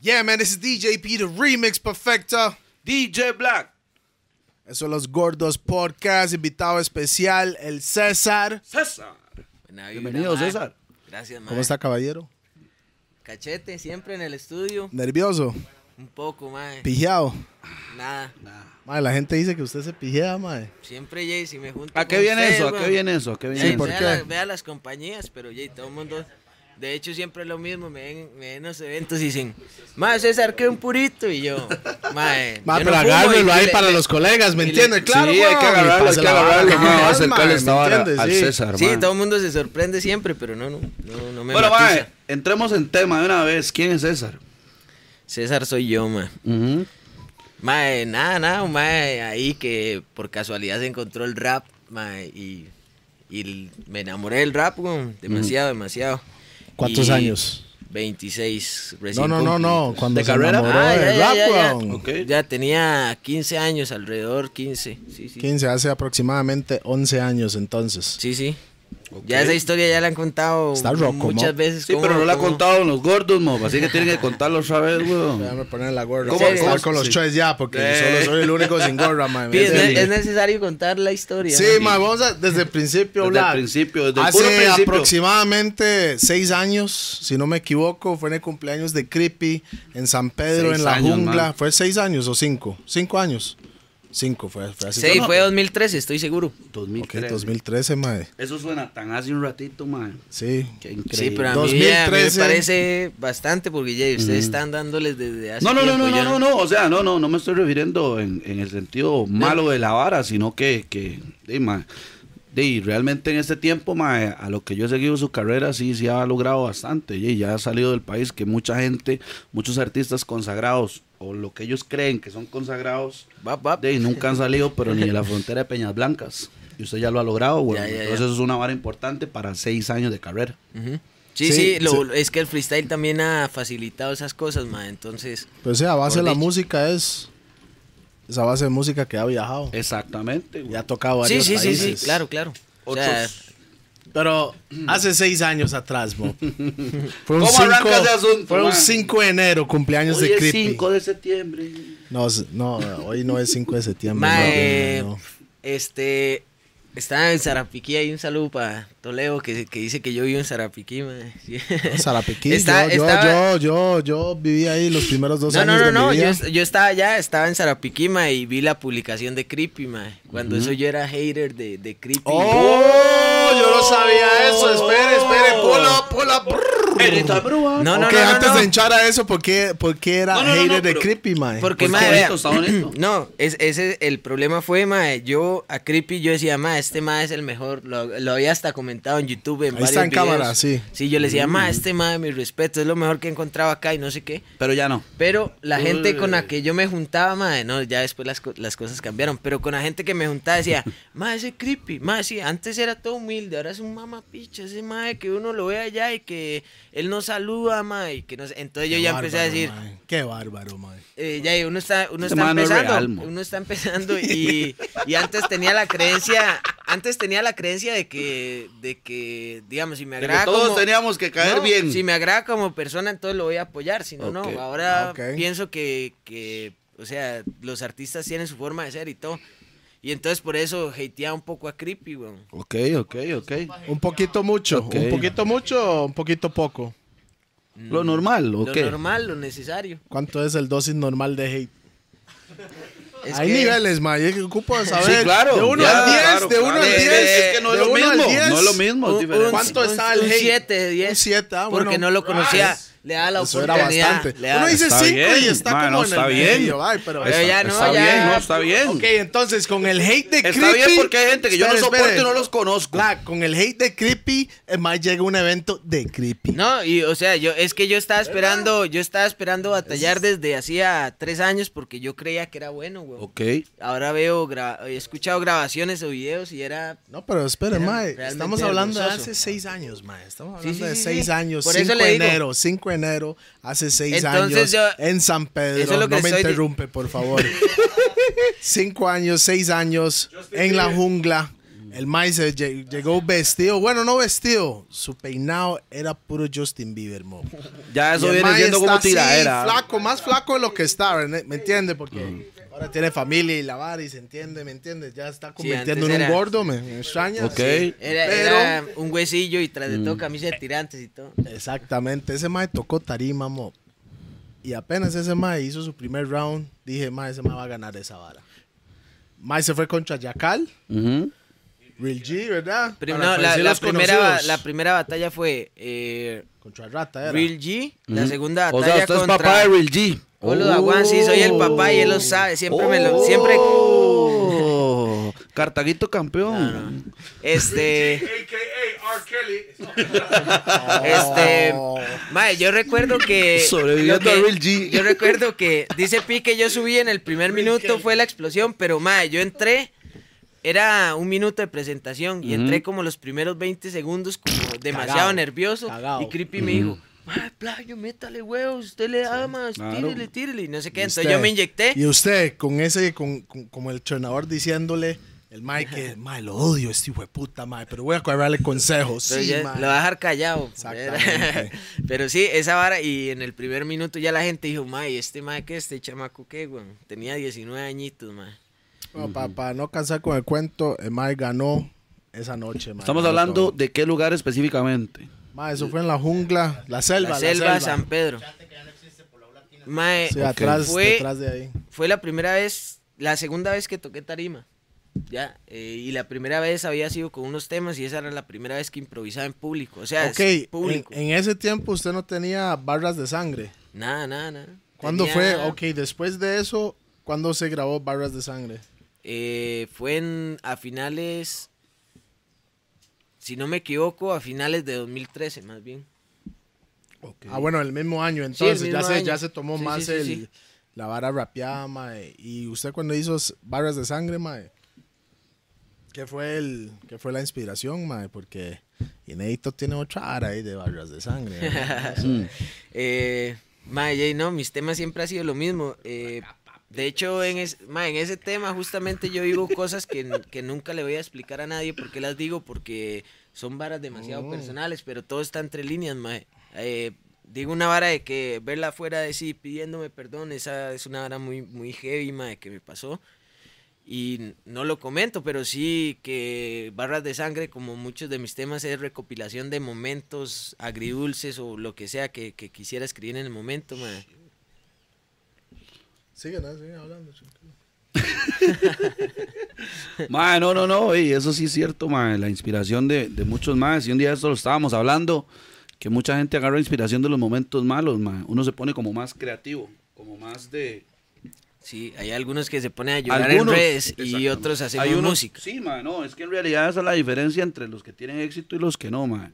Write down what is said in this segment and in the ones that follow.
Yeah, man, this is DJ P, the remix perfecta. DJ Black. Eso es los Gordos Podcast, invitado especial, el César. César. Pues Bienvenido, César. Gracias, ¿Cómo mae. está, caballero? Cachete, siempre en el estudio. ¿Nervioso? Un poco, mae. ¿Pijeado? Nada. Mae, la gente dice que usted se pijea, mae. Siempre, Jay, si me junto ¿A qué con viene ustedes, eso? ¿A weón. qué viene eso? ¿A qué Jay, viene Sí, eso? ¿por vea, qué? la- vea las compañías, pero, Jay, todo el mundo... De hecho, siempre es lo mismo. Me ven, me ven en los eventos y dicen, mae, César, que un purito. Y yo, mae. Mae, yo pero no fumo", agárrelo y ahí le- para le- los colegas, ¿me y le- entiendes? Claro, sí, hay weón. que agarrarlo, hay que Pásela la agarrarlo. vara, mae, mae, Vamos a acercarle mae, esta ¿me vara entiendes? al Sí. César, Sí, mae. todo el mundo se sorprende siempre, pero no, no, no, no me Bueno, matiza. mae, entremos en tema de una vez. ¿Quién es César? César soy yo, mae. Ujú. Mae, nada, nada, un mae ahí que por casualidad se encontró el rap, mae, y, y l- me enamoré del rap, weón, demasiado, demasiado. ¿Cuántos Y años? 26, No, recién no, no, no. cumplidos. Cuando ¿De se carrera? enamoró Ah, ya, del ya, rap, ya, ya. weón. Ok. Ya tenía 15 años, alrededor 15, sí, sí. 15, hace aproximadamente 11 años entonces. Sí, sí. Ok. Ya esa historia ya la han contado Está roco, muchas ¿no? veces. Sí, cómo- pero no la ha cómo- contado en los gordos, mo. Así que tienen que contarlo otra vez, weón. Déjame poner la gorra. ¿Cómo- Para cómo- estar con los sí. tres ya, porque Eh. solo soy el único sin gorra, mae. ¿me Sí, es, entiendes? ne- es necesario contar la historia. Sí, ¿no? mae, vamos a, desde el principio Desde el hablar. principio, desde el Hace puro principio. aproximadamente seis años, si no me equivoco, fue en el cumpleaños de Creepy en San Pedro, Seis en la años, jungla. man. ¿Fue seis años o cinco? Cinco años. Cinco, fue, fue así. Sí, Ok, fue 2013, estoy seguro. 2013. 2013, mae. Eso suena tan hace un ratito, mae. Sí. Qué increíble. Sí, pero a mí ya me 2013. parece bastante porque ya ustedes están dándoles desde hace No, no, no, tiempo no, no, ya. no, no, o sea, no, no, no me estoy refiriendo en, en el sentido malo de la vara, sino que, que di, ma, di, realmente en este tiempo, ma, a lo que yo he seguido su carrera, sí, sí ha logrado bastante, y ya ha salido del país que mucha gente, muchos artistas consagrados, o lo que ellos creen que son consagrados, Vap, vap. di, nunca han salido, pero ni de la frontera de Peñas Blancas, y usted ya lo ha logrado, güey, Ya, ya, ya. entonces eso es una vara importante para seis años de carrera. Ujú. Sí, Sí, sí, lo- es que el freestyle también ha facilitado esas cosas, ma. Entonces, Pero o sea, a base de Por la dicho. música es. Esa base de música que ha viajado. Eh. Exactamente, güey. Y ha tocado sí, varios sí, sí, países. sí, claro, claro. O Otros- sea, Pero hace seis años atrás, Bob. Fue ¿Cómo arranca ese asunto, Fue un man? 5 de enero, cumpleaños Hoy de es Creepy. 5 de septiembre. No, s- no, hoy no es 5 de septiembre. ma, no, eh, no, no. este, estaba en Zarapiquí, hay un saludo para Toledo que, que dice que yo vivo en Zarapiquí, ma. Sí. No, Sarapiquí, Está- Ah, yo, yo- estaba- yo, yo, yo viví ahí los primeros dos No, años no, no, de no, mi yo, vida. es- yo estaba allá, estaba en Zarapiquí, ma, y vi la publicación de Creepy, ma. Cuando eso yo era hater de, de Creepy. ¡Oh! Yo no sabía eso. Espere, espere. Pula, pula. Oh. No, no, ok, no, no, antes no. de hinchar a eso, ¿por qué, por qué era No, no, no, hater no, de pero- Creepy, mae? Porque, Pues mae, está vea, bonito, está bonito. No, es- ese el problema fue, mae, yo a Creepy yo decía, mae, este mae es el mejor, lo, lo había hasta comentado en YouTube en Ahí está varios en videos. cámara, sí. Mm. Sí, yo le decía, mae, este mae, mi respeto, es lo mejor que he encontrado acá y no sé qué. Pero ya no. Pero la gente con Uy. la que yo me juntaba, mae, no, ya después las, co- las cosas cambiaron, pero con la gente que me juntaba decía, mae, ese creepy, mae, sí, antes era todo humilde, ahora es un mamapicha, ese mae que uno lo ve allá y que él no saluda, mae, y que no sé". Entonces yo Qué ya empecé a bárbaro, decir, mae. Qué bárbaro, mae. eh, ya, y uno está, uno Este está man no es empezando, real, mo. uno está empezando y, y antes tenía la creencia, antes tenía la creencia de que, de que, digamos, si me De que agrada todos como- teníamos que caer no, bien. Si me agrada como persona, entonces lo voy a apoyar, si no, Ok. no. Ahora Ah, ok. pienso que, que, o sea, los artistas tienen su forma de ser y todo. Y entonces por eso hateaba un poco a Creepy, weón. Ok, ok, ok. Un poquito mucho, Ok. un poquito mucho, un poquito poco. Lo normal, ok. Mm. Lo normal, lo necesario. ¿Cuánto es el dosis normal de hate? Es Hay que- niveles, ma. Yo ocupo de saber. Sí, claro. De 1 ya, al 10, claro, de 1 claro. al Es- 10. Es que no es de lo uno al mismo. 10. No es lo mismo, es Un- diferente. un- ¿Cuánto un- está el un hate? 7 de 10. Un 7, ah, Porque bueno. no lo conocía. Ah, Le daba la Eso era oportunidad. bastante. le daba Uno la- dice Está 5 y bien, está ma, como no, en está el bien. medio. Ay, pero Pero ya no, está ya. bien, no, está bien. Ok, entonces con el hate de Creepy. Está bien porque hay gente que yo no Espere, soporto espere. y no los conozco. La- con el hate de Creepy, el ma llega un evento de Creepy. No, y o sea, yo es que yo estaba esperando, yo estaba esperando batallar desde hacía tres años porque yo creía que era bueno, weón. Ok. Ahora veo, gra- he escuchado grabaciones o videos y era... No, pero espere, Era mae. realmente Estamos hablando de vergonzoso. hace seis años, mae. Estamos Sí, hablando sí, de sí, seis sí. años. Por 5 eso de le digo. enero, 5 de enero, hace seis años Entonces yo- en San Pedro. Eso es lo que no me estoy di- interrumpe, por favor. cinco años, seis años en la jungla. El Mae se lle- llegó vestido, bueno, no vestido, su peinado era puro Justin Bieber, mo. Ya Y eso el viene mae siendo está como así, tiradera. flaco, más flaco de lo que está, ¿me me entiende? Porque ahora tiene familia y la vara y se entiende, ¿me entiendes? Ya está convirtiendo en antes un era- gordo, me, me extraña. Ok. sí. Era, Pero- era un huesillo y tras de Mm. todo camisa de tirantes y todo. Exactamente, ese mae tocó tarima, mo. Y apenas ese mae hizo su primer round, dije, mae, ese mae va a ganar esa vara. Mae se fue contra Yacal, Ujú. Real G, ¿verdad? Prim- Para no, la, decir la los primera, ba- conocidos. la primera batalla fue eh, Contra Rata, era. Real G, la Ujú. segunda O batalla sea, usted contra... es papá de Real G. Olo Daguán, sí, soy el papá y él lo sabe, siempre me lo- siempre- Oh. Cartaguito campeón. No, no. Este... AKA R. Kelly. Este, mae, yo recuerdo que. Sobreviviendo lo que- a Real G. Yo recuerdo que, dice Pi que yo subí en el primer minuto, fue la explosión, pero mae, yo entré. Era un minuto de presentación y entré como los primeros 20 segundos, como demasiado Cagao, nervioso. cagao. Y Creepy me dijo: Mae, playo, métale huevos, usted le ama, claro. tírele, tírele, y no sé qué. Y Entonces usted- yo me inyecté. Y usted, con ese, con, con- como el entrenador diciéndole, el Mike, que, Mike, lo odio, este hijo de puta, Mike, pero voy a cobrarle consejos. Pero Sí, ya mae. lo va a dejar callado. Exactamente. Pero sí, esa vara. Y en el primer minuto ya la gente dijo, mae, este mae que este chamaco que, weón. Tenía 19 añitos, mae. para no cansar con el cuento, el Mike ganó esa noche, mae. Estamos Ganó hablando todo. de qué lugar específicamente. Mae, eso fue en la jungla, la selva. La selva, San Pedro. Mae, Sí, atrás, fue, detrás de ahí. fue la primera vez, la segunda vez que toqué tarima. Ya, eh, y la primera vez había sido con unos temas y esa era la primera vez que improvisaba en público. O sea, es Ok, en, público. en ese tiempo usted no tenía barras de sangre. Nada, nada, nada. ¿Cuándo Tenía- fue? Ok, después de eso, ¿cuándo se grabó Barras de Sangre? Eh, fue en, a finales, si no me equivoco, a finales de 2013 más bien. Ah, bueno, el mismo año, entonces ya, mismo se, año. ya se tomó Sí, más sí, sí, el, sí. la vara rapeada, mae. Y usted cuando hizo s- Barras de Sangre, mae, ¿qué fue, el, qué fue la inspiración, mae? Porque Inédito tiene otra vara ahí de Barras de Sangre. ¿no? Eh, mae, Jay, no, mis temas siempre ha sido lo mismo. Eh, de hecho, en, es- mae, en ese tema justamente yo digo cosas que, n- que nunca le voy a explicar a nadie por qué las digo, porque son varas demasiado personales, pero todo está entre líneas, mae. Eh, digo una vara de que verla afuera de sí pidiéndome perdón, esa es una vara muy, muy heavy, mae, que me pasó. Y n- no lo comento, pero sí que Barras de Sangre, como muchos de mis temas, es recopilación de momentos agridulces o lo que sea que, que quisiera escribir en el momento. mae. Sigue, ¿no? Sigue hablando. tranquilo. Mae, no, no, no, ey, eso sí es cierto, mae, la inspiración de, de muchos más. Y un día esto lo estábamos hablando, que mucha gente agarra inspiración de los momentos malos, mae. Uno se pone como más creativo, como más de... Sí, hay algunos que se ponen a llorar Algunos, en redes y exactamente. otros hacemos Hay unos- música. Sí, mae, no, es que en realidad esa es la diferencia entre los que tienen éxito y los que no, mae.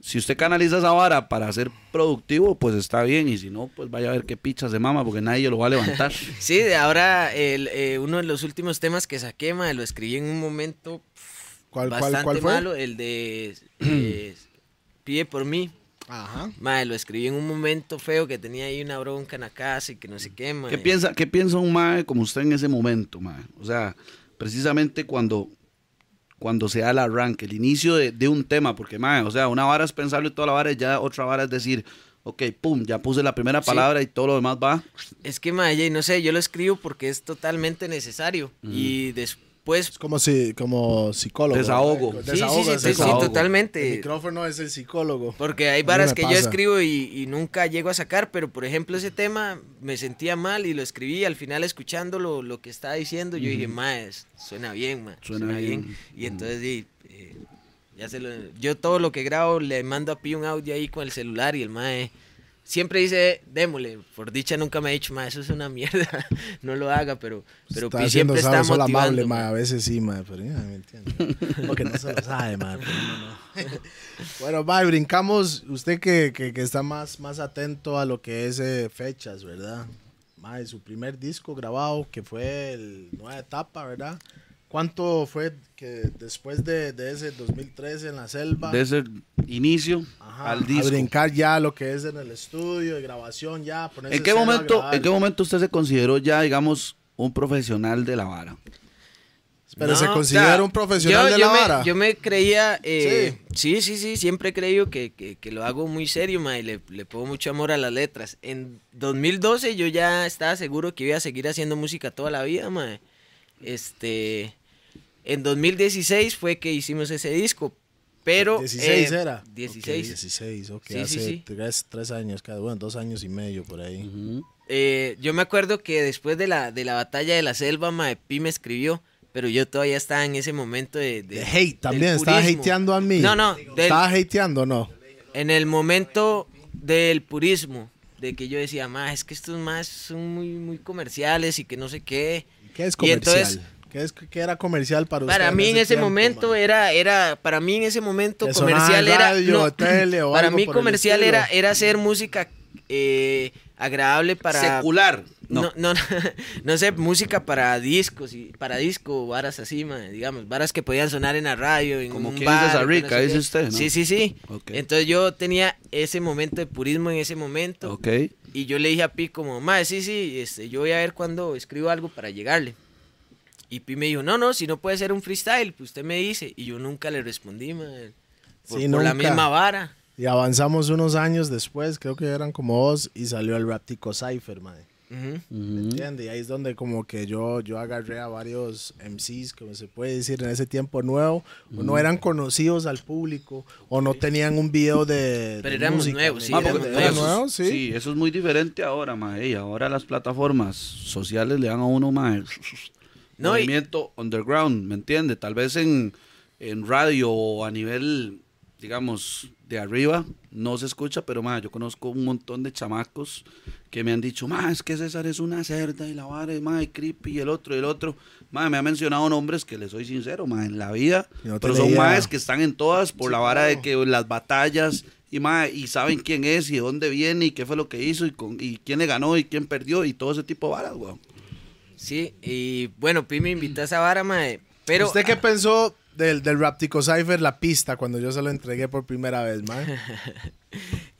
Si usted canaliza esa vara para ser productivo, pues está bien, y si no, pues vaya a ver qué picha se mama, porque nadie lo va a levantar. Sí, de ahora el, eh, uno de los últimos temas que saqué, mae, lo escribí en un momento ¿Cuál, cuál, bastante cuál fue? malo, el de eh, Pide por mí. Ajá. Mae, lo escribí en un momento feo que tenía ahí una bronca en la casa y que no sé qué, mae. ¿Qué piensa, ¿Qué piensa un mae como usted en ese momento, mae? O sea, precisamente cuando, cuando se da el arranque, el inicio de, de un tema, porque mae, o sea, una vara es pensarlo y toda la vara es ya, otra vara es decir, ok, pum, ya puse la primera palabra y todo lo demás va. Es que, mae, y no sé, yo lo escribo porque es totalmente necesario. Y después. Es como, si, como psicólogo. Desahogo. ¿no? Sí, sí, sí, es sí, sí, como- totalmente. El micrófono es el psicólogo. Porque hay mí varas me que yo pasa. escribo y, y nunca llego a sacar, pero por ejemplo ese tema me sentía mal y lo escribí. Al final escuchando lo, lo que estaba diciendo, yo dije, mae, suena bien, mae, Suena suena, bien. bien. Y entonces di, eh, ya se lo- yo todo lo que grabo le mando a Pi un audio ahí con el celular y el mae siempre dice, démosle. Por dicha nunca me ha dicho, mae, eso es una mierda, no lo haga, pero, pero Pues está Pi haciendo siempre está solo motivando. amable, mae. ma, a veces sí, ma, pero ya me entiendo. Porque no se lo sabe, ma, pero uno no. bueno, ma, brincamos, usted que, que- que está más, más atento a lo que es eh, fechas, ¿verdad? Ma, su primer disco grabado, que fue el Nueva Etapa, ¿verdad? ¿Cuánto fue que después de, de ese 2013 en la selva? De ese inicio Ajá, Ah, al A disco. brincar ya lo que es en el estudio, de grabación ya. ponerse ¿En qué, serio a momento, grabar. ¿En qué momento usted se consideró ya, digamos, un profesional de la vara? Pero No, se o sea, considera un profesional yo- de yo la me- vara. yo me creía. eh, sí. sí, sí, Siempre he creído que, que- que lo hago muy serio, ma, y le, le pongo mucho amor a las letras. En 2012 yo ya estaba seguro que iba a seguir haciendo música toda la vida, ma. Este. En 2016 fue que hicimos ese disco. Pero. 16 eh, era. 16. Ok, 16, ok. Sí, sí, hace sí. Tres, tres años, cada, bueno, dos años y medio por ahí. Eh, yo me acuerdo que después de la, de la batalla de la selva, Mae Pi me escribió, pero yo todavía estaba en ese momento de... de- De hate también, del estaba purismo. hateando a mí. No, no, del- Estaba hateando, no. en el momento del purismo, de que yo decía, más es que estos más son muy, muy comerciales y que no sé qué. ¿Qué es Y comercial? entonces- ¿Qué, es, ¿Qué era comercial para usted? Para mí en ese tiempo, momento man? era, era, para mí en ese momento Que sonaba comercial en era, radio, tele o para algo mí por el comercial era, estilo. era hacer música eh, agradable para... Secular. No. No. No, no, sé, música para discos, y para disco, varas así, mae, digamos, varas que podían sonar en la radio, en Como un quien bar. dice que no Zarrica, sé dice qué. usted, ¿no? Sí, sí, sí. Ok. Entonces yo tenía ese momento de purismo en ese momento Ok. y yo le dije a Pi como, mae, sí, sí, este, yo voy a ver cuando escribo algo para llegarle. Y Pi me dijo, no, no, si no puede ser un freestyle, pues usted me dice. Y yo nunca le respondí, mae, por, Sí, por la nunca. misma vara. Y avanzamos unos años después, creo que eran como dos, y salió el Raptico Cypher, man. Ujú. ¿Me entiende? Y ahí es donde como que yo, yo agarré a varios MCs, como se puede decir, en ese tiempo nuevo, o no eran conocidos al público, o no tenían un video de, Pero de éramos música, nuevos, ¿me sí, Ah, entiende? porque- éramos porque Eran eso es- nuevos, sí. sí, eso es muy diferente ahora, mae. y ahora las plataformas sociales le dan a uno, mae, No, y- movimiento underground, ¿me entiende? Tal vez en, en radio o a nivel, digamos, de arriba no se escucha, pero mae, yo conozco un montón de chamacos que me han dicho, mae, es que César es una cerda y la vara es, mae, creepy y el otro y el otro. Mae, me han mencionado nombres que les soy sincero, mae, en la vida, Y no pero tenía son idea. maes que están en todas por la vara de que las batallas y mae, y saben quién es y de dónde viene y qué fue lo que hizo y, con, y quién le ganó y quién perdió y todo ese tipo de varas, weón. sí, y bueno, Pi me invitó a esa vara, mae, pero... ¿Usted qué ah, pensó del, del Raptico Cypher, la pista, cuando yo se lo entregué por primera vez, man?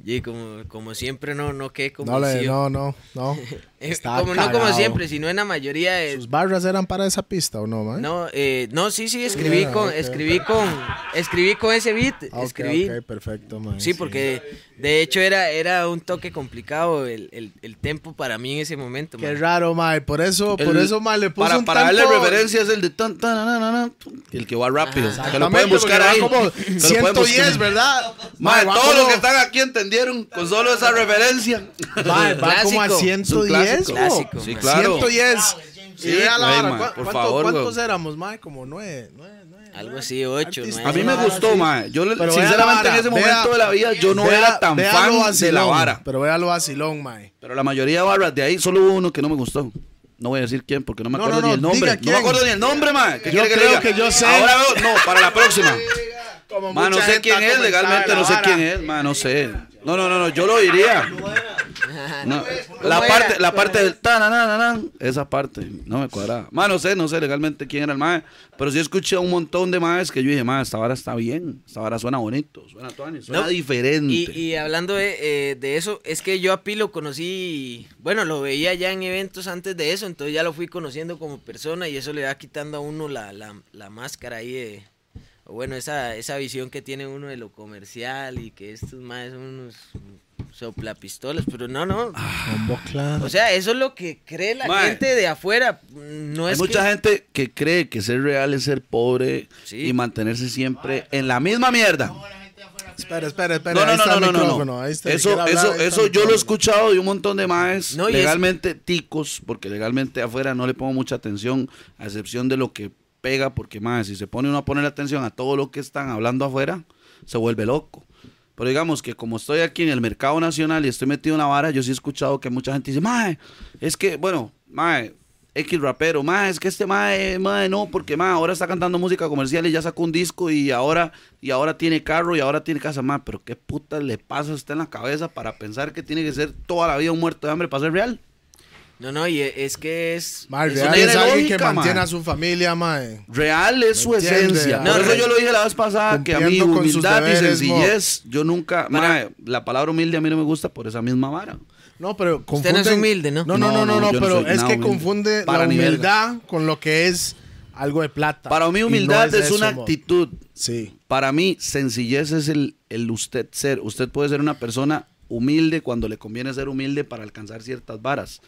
Y como, como siempre, no, no quedé No, le- convencido. no, no, no. Eh, Estaba como, no como cagado. siempre, sino en la mayoría de... ¿Sus barras eran para esa pista o no, man? No, eh, no, sí, sí, escribí Ah, con, ok. escribí con, escribí con ese beat, Ah, ok, escribí. ok, perfecto, man. Sí, porque de hecho era, era un toque complicado el, el, el tempo para mí en ese momento. Qué man. raro, mae. Por eso, por El- eso, mae, le puso para, un para darle tempo- reverencia es el de tan, tan, na, na, na, tum, el que va rápido. Ajá. que lo pueden Exactamente, buscar porque ahí. va como Que lo pueden 110, buscar. ¿verdad? Mae, va todos como- los que están aquí entendieron con solo esa referencia. Mae, va como a Clásico. 110, Es un bro. clásico. Sí, man. claro. 110. Sí, Y vea la güey, vara, mae, ¿cuá- por cuánto- favor, ¿Cuántos güey. Ah, éramos, mae? Como 9, 9, 9. Algo así, ocho, A mí me Una vara gustó, mae. Yo, le- Pero vea la sinceramente, vara, en ese vea- momento de la vida, yo no era tan fan de la vara. Pero vea lo vacilón, mae. Pero la mayoría de barras de ahí, solo hubo uno que no me gustó. No voy a decir quién porque no me No, acuerdo no, no, ni el nombre. diga No quién. me acuerdo ni el nombre, mae. ¿Qué Yo quiere que creo le diga? que yo sé. Ahora veo- no, para la próxima. Ma, no sé quién es, legalmente no sé quién es, ma, no sé. No, no, no, no, yo lo diría. No, la ¿Cómo parte, era? la parte del tananananan, esa parte, no me cuadraba. Ma, no sé, no sé legalmente quién era el mae, pero sí escuché a un montón de maes que yo dije, ma, esta vara está bien, esta vara suena bonito, suena tuani, suena No, diferente. Y, y hablando de, eh, de eso, es que yo a Pi lo conocí, bueno, lo veía ya en eventos antes de eso, entonces ya lo fui conociendo como persona y eso le va quitando a uno la, la- la máscara ahí de, o bueno, esa, esa visión que tiene uno de lo comercial y que estos más son unos soplapistolas, pero no, no. O sea, eso es lo que cree la Mae. gente de afuera. No Hay es mucha que- gente que cree que ser real es ser pobre Sí. y mantenerse siempre en la misma mierda. Espera, espera, espera. No, ahí no, está no, el no, no, micrófono, no. ahí está, si Eso, quiere hablar, eso, ahí está el eso yo lo he micrófono. escuchado de un montón de maes No, y es- legalmente ticos, porque legalmente afuera no le pongo mucha atención, a excepción de lo que pega, porque maes, si se pone uno a poner atención a todo lo que están hablando afuera, se vuelve loco. Pero digamos que como estoy aquí en el mercado nacional y estoy metido en la vara, yo sí he escuchado que mucha gente dice, mae, es que, bueno, mae, X rapero, mae, es que este mae, mae, no, porque mae, ahora está cantando música comercial y ya sacó un disco y ahora, y ahora tiene carro y ahora tiene casa, mae, pero qué puta le pasa a usted en la cabeza para pensar que tiene que ser toda la vida un muerto de hambre para ser real. No, no, y e- es que es... Mae, Eso real tiene es alguien lógica, que mantiene mae. a su familia, mae. Real es su Entiende, esencia. no, Por eso real. yo lo dije la vez pasada que a mí Cumpliendo con sus humildad y deberes, mo. sencillez, yo nunca, mae, la palabra humilde a mí no me gusta por esa misma vara. No, pero Usted confunden... no es humilde, ¿no? No, no, no, No, no, no, no, yo no pero soy es nada que humilde. confunde Para la ni verga. humildad con lo que es algo de plata. Para mí Y no humildad es, eso, una mo. actitud. Sí, Para mí sencillez es el, el usted ser. Usted puede ser una persona humilde cuando le conviene ser humilde para alcanzar ciertas varas.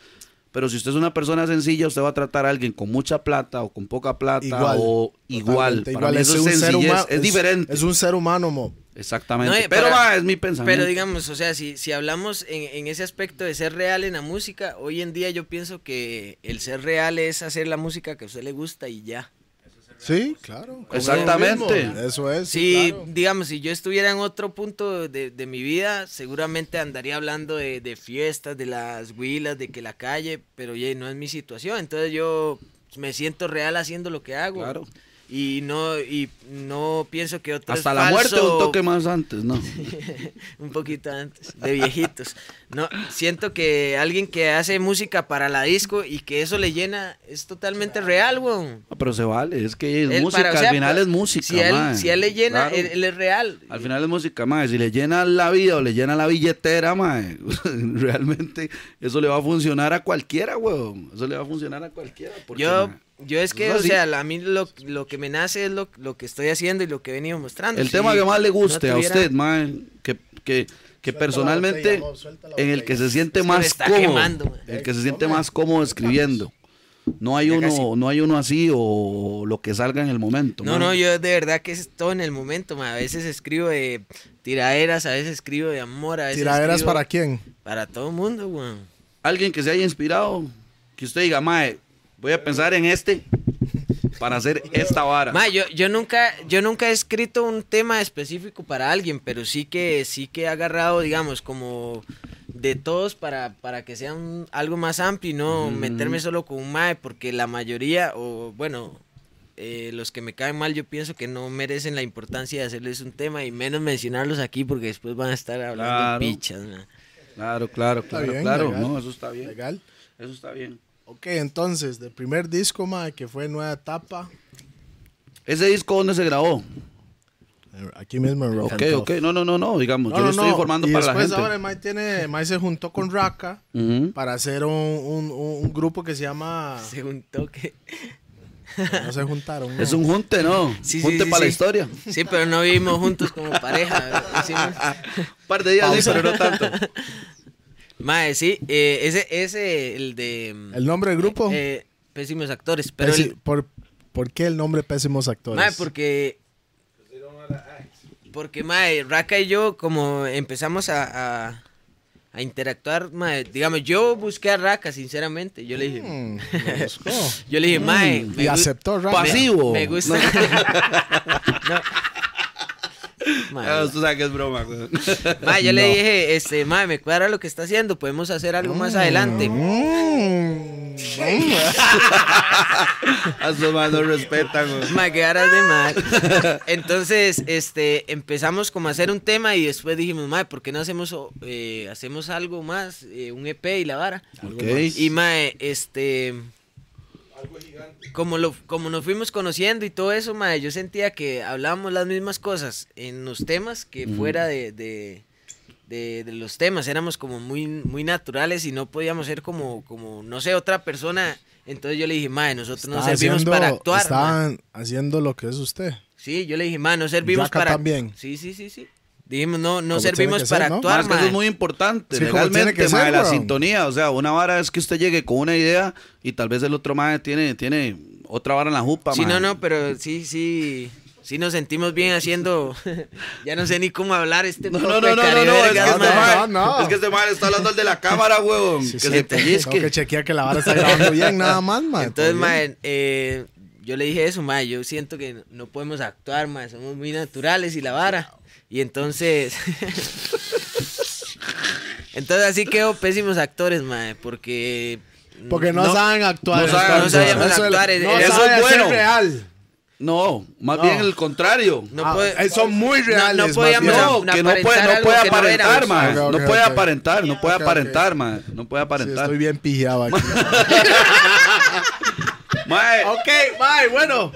Pero si usted es una persona sencilla, usted va a tratar a alguien con mucha plata o con poca plata Igual, o igual. totalmente Para mí eso es sencillez, es, diferente. Es un ser humano, mo. Exactamente. No, eh, pero para- va, es mi pensamiento. Pero digamos, o sea, si, si hablamos en, en ese aspecto de ser real en la música, hoy en día yo pienso que el ser real es hacer la música que a usted le gusta y ya. Sí, claro. con Exactamente. eso mismo, Eso es. Si, claro. digamos, si yo estuviera en otro punto de, de mi vida, seguramente andaría hablando de, de fiestas, de las huilas, de que la calle, pero oye, no es mi situación. Entonces yo me siento real haciendo lo que hago. Claro. Y no, y no pienso que otro es Hasta la muerte falso. un toque más antes, ¿no? un poquito antes, de viejitos. No, siento que alguien que hace música para la disco y que eso le llena es totalmente real, weón. Ah, Pero se vale, es que es Él música, para- o sea, al final pues, es música. Si a él, mae. si a él le llena, Claro. él, él es real. Al final es música, mae. Si le llena la vida o le llena la billetera, mae, realmente eso le va a funcionar a cualquiera, weón. Eso le va a funcionar a cualquiera. porque, yo, mae, yo es que, eso o sí. sea, la- a mí lo, lo que me nace es lo, lo que estoy haciendo y lo que he venido mostrando. el Si tema que más le no guste a tuviera- usted, mae, que, que, que Suelta la personalmente botella, Bob, suelta la en el que botella. se siente Es que me más está cómodo, quemando, mae. el que se siente más cómodo escribiendo. No hay Ya uno, casi. no hay uno así o lo que salga en el momento. No, mae. no, yo de verdad que es todo en el momento, ma. A veces escribo de tiraderas, a veces escribo de amor, a veces ¿Tiraderas escribo para quién? para todo el mundo, weón. alguien que se haya inspirado, que usted diga, mae, voy a pensar en este para hacer esta vara. Ma, yo, yo nunca, yo nunca he escrito un tema específico para alguien, pero sí que, sí que he agarrado, digamos, como de todos para, para que sea un- algo más amplio y no meterme solo con un mae, porque la mayoría, o bueno, eh, los que me caen mal, yo pienso que no merecen la importancia de hacerles un tema y menos mencionarlos aquí porque después van a estar hablando Claro. pichas. ma. Claro, claro, claro, bien, claro. legal. No, eso está bien. Legal. Eso está bien. Ok, entonces, del primer disco, ma, que fue Nueva Etapa. ¿Ese disco dónde se grabó? Aquí mismo en Rock Ok, and Tough. ok. No, no, no, no. Digamos, No, yo no, lo estoy no. informando Y para la después gente. ahora el Mae tiene, el Mae se juntó con Raka Ujú. para hacer un, un- un- un grupo que se llama... Según toque. No se juntaron. ¿no? Es un junte, ¿no? Sí, sí, junte sí, para la sí. historia. Sí, pero no vivimos juntos como pareja. hicimos- Un par de días, sí, Pausa. pero no tanto. Mae, sí, eh, ese, ese, el de... mm, ¿El nombre del grupo? eh, pésimos actores, pero... Pési- el- por, ¿Por qué el nombre Pésimos Actores? mae, porque... Porque, mae, Raka y yo como empezamos a, a, a interactuar, mae, digamos, yo busqué a Raka, sinceramente, yo le dije... Mm, lo buscó. Yo le dije, mae... me y gu- aceptó Raka. Pasivo. Me gusta... No. Mae, Ah, Tú sabes que es broma, güey. mae, yo le dije, este, mae, me cuadra lo que está haciendo, podemos hacer algo más adelante. Mm, mm. A su madre no respetan, güey. Ma, qué varas de mal. Entonces, este, empezamos como a hacer un tema y después dijimos, mae, ¿por qué no hacemos, o- eh, hacemos algo más? eh, un EP y la vara. Ok. Y mae, este... Como, lo, como nos fuimos conociendo y todo eso, mae, yo sentía que hablábamos las mismas cosas en los temas que fuera de, de, de- de los temas. Éramos como muy, muy naturales y no podíamos ser como, como, no sé, otra persona. Entonces yo le dije, mae, nosotros no Estaba servimos haciendo- para actuar. mae". Estaban haciendo lo que es usted. Sí, yo le dije, ma, no servimos Yaca para. también. Sí, sí, sí, sí. Dijimos, no, no Como tiene servimos que ser, para ¿no? Más actuar, que ma. eso es muy importante. Sí, como tiene legalmente, que mae, ser, la weón. sintonía. O sea, una vara es que usted llegue con una idea y tal vez el otro mae tiene, tiene otra vara en la jupa, Sí, mae. no, no, pero sí, sí. Sí nos sentimos bien haciendo. ya no sé ni cómo hablar este No, poco no, de no, no, no, no, es que carevergas, este no, ma. mae, no, no. es que este mae está hablando al de la cámara, huevón, que se Tengo que pellizque. chequear que la vara está grabando bien, nada más, ma. Entonces, Todo bien. ma, eh, yo le dije eso, ma, yo siento que no podemos actuar, ma, somos muy naturales y la vara. Y entonces... entonces así quedó pésimos actores, ma, porque... Porque no, saben actuar. no saben- entonces. no sabíamos Eso es- actuar, no eso es saben hacer bueno. real. No, más No. bien el contrario. No, No Ah, puede- eh, son muy reales. no más podíamos- bien. no, que no puede, no puede aparentar algo que no aparentar, éramos. mae. Ok, ok, no puede ok. aparentar, no puede Ok, ok. aparentar, mae. No puede Sí, aparentar. estoy bien pijado aquí. Mae, ok, mae, bueno.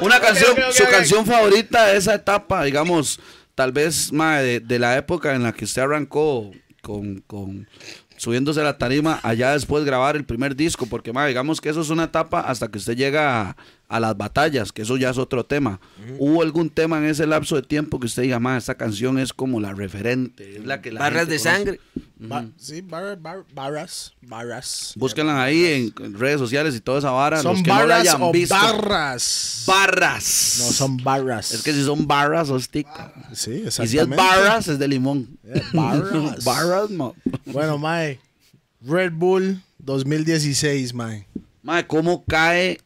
Una canción, ok, ok, su ok. canción favorita de esa etapa, digamos, tal vez mae, de, de la época en la que usted arrancó con, con subiéndose a la tarima, allá después grabar el primer disco, porque mae, digamos que eso es una etapa hasta que usted llega a, a las batallas, que eso ya es otro tema. ¿Hubo algún tema en ese lapso de tiempo que usted diga, más esta canción es como la referente, es la que la Barras gente de conoce"? sangre. Ba- sí, barra- bar- barras, barras. Búsquenla ahí en en redes sociales y toda esa vara. Ah, los ¿Son que no la barras hayan o visto. barras? Barras. no, son barras. Es que si son barras, hostica. Sí, Y si es exactamente. barras, es de limón. Eh, barras. barras, mo. Bueno, mae. Red Bull 2016, mae. Mae, ¿cómo cae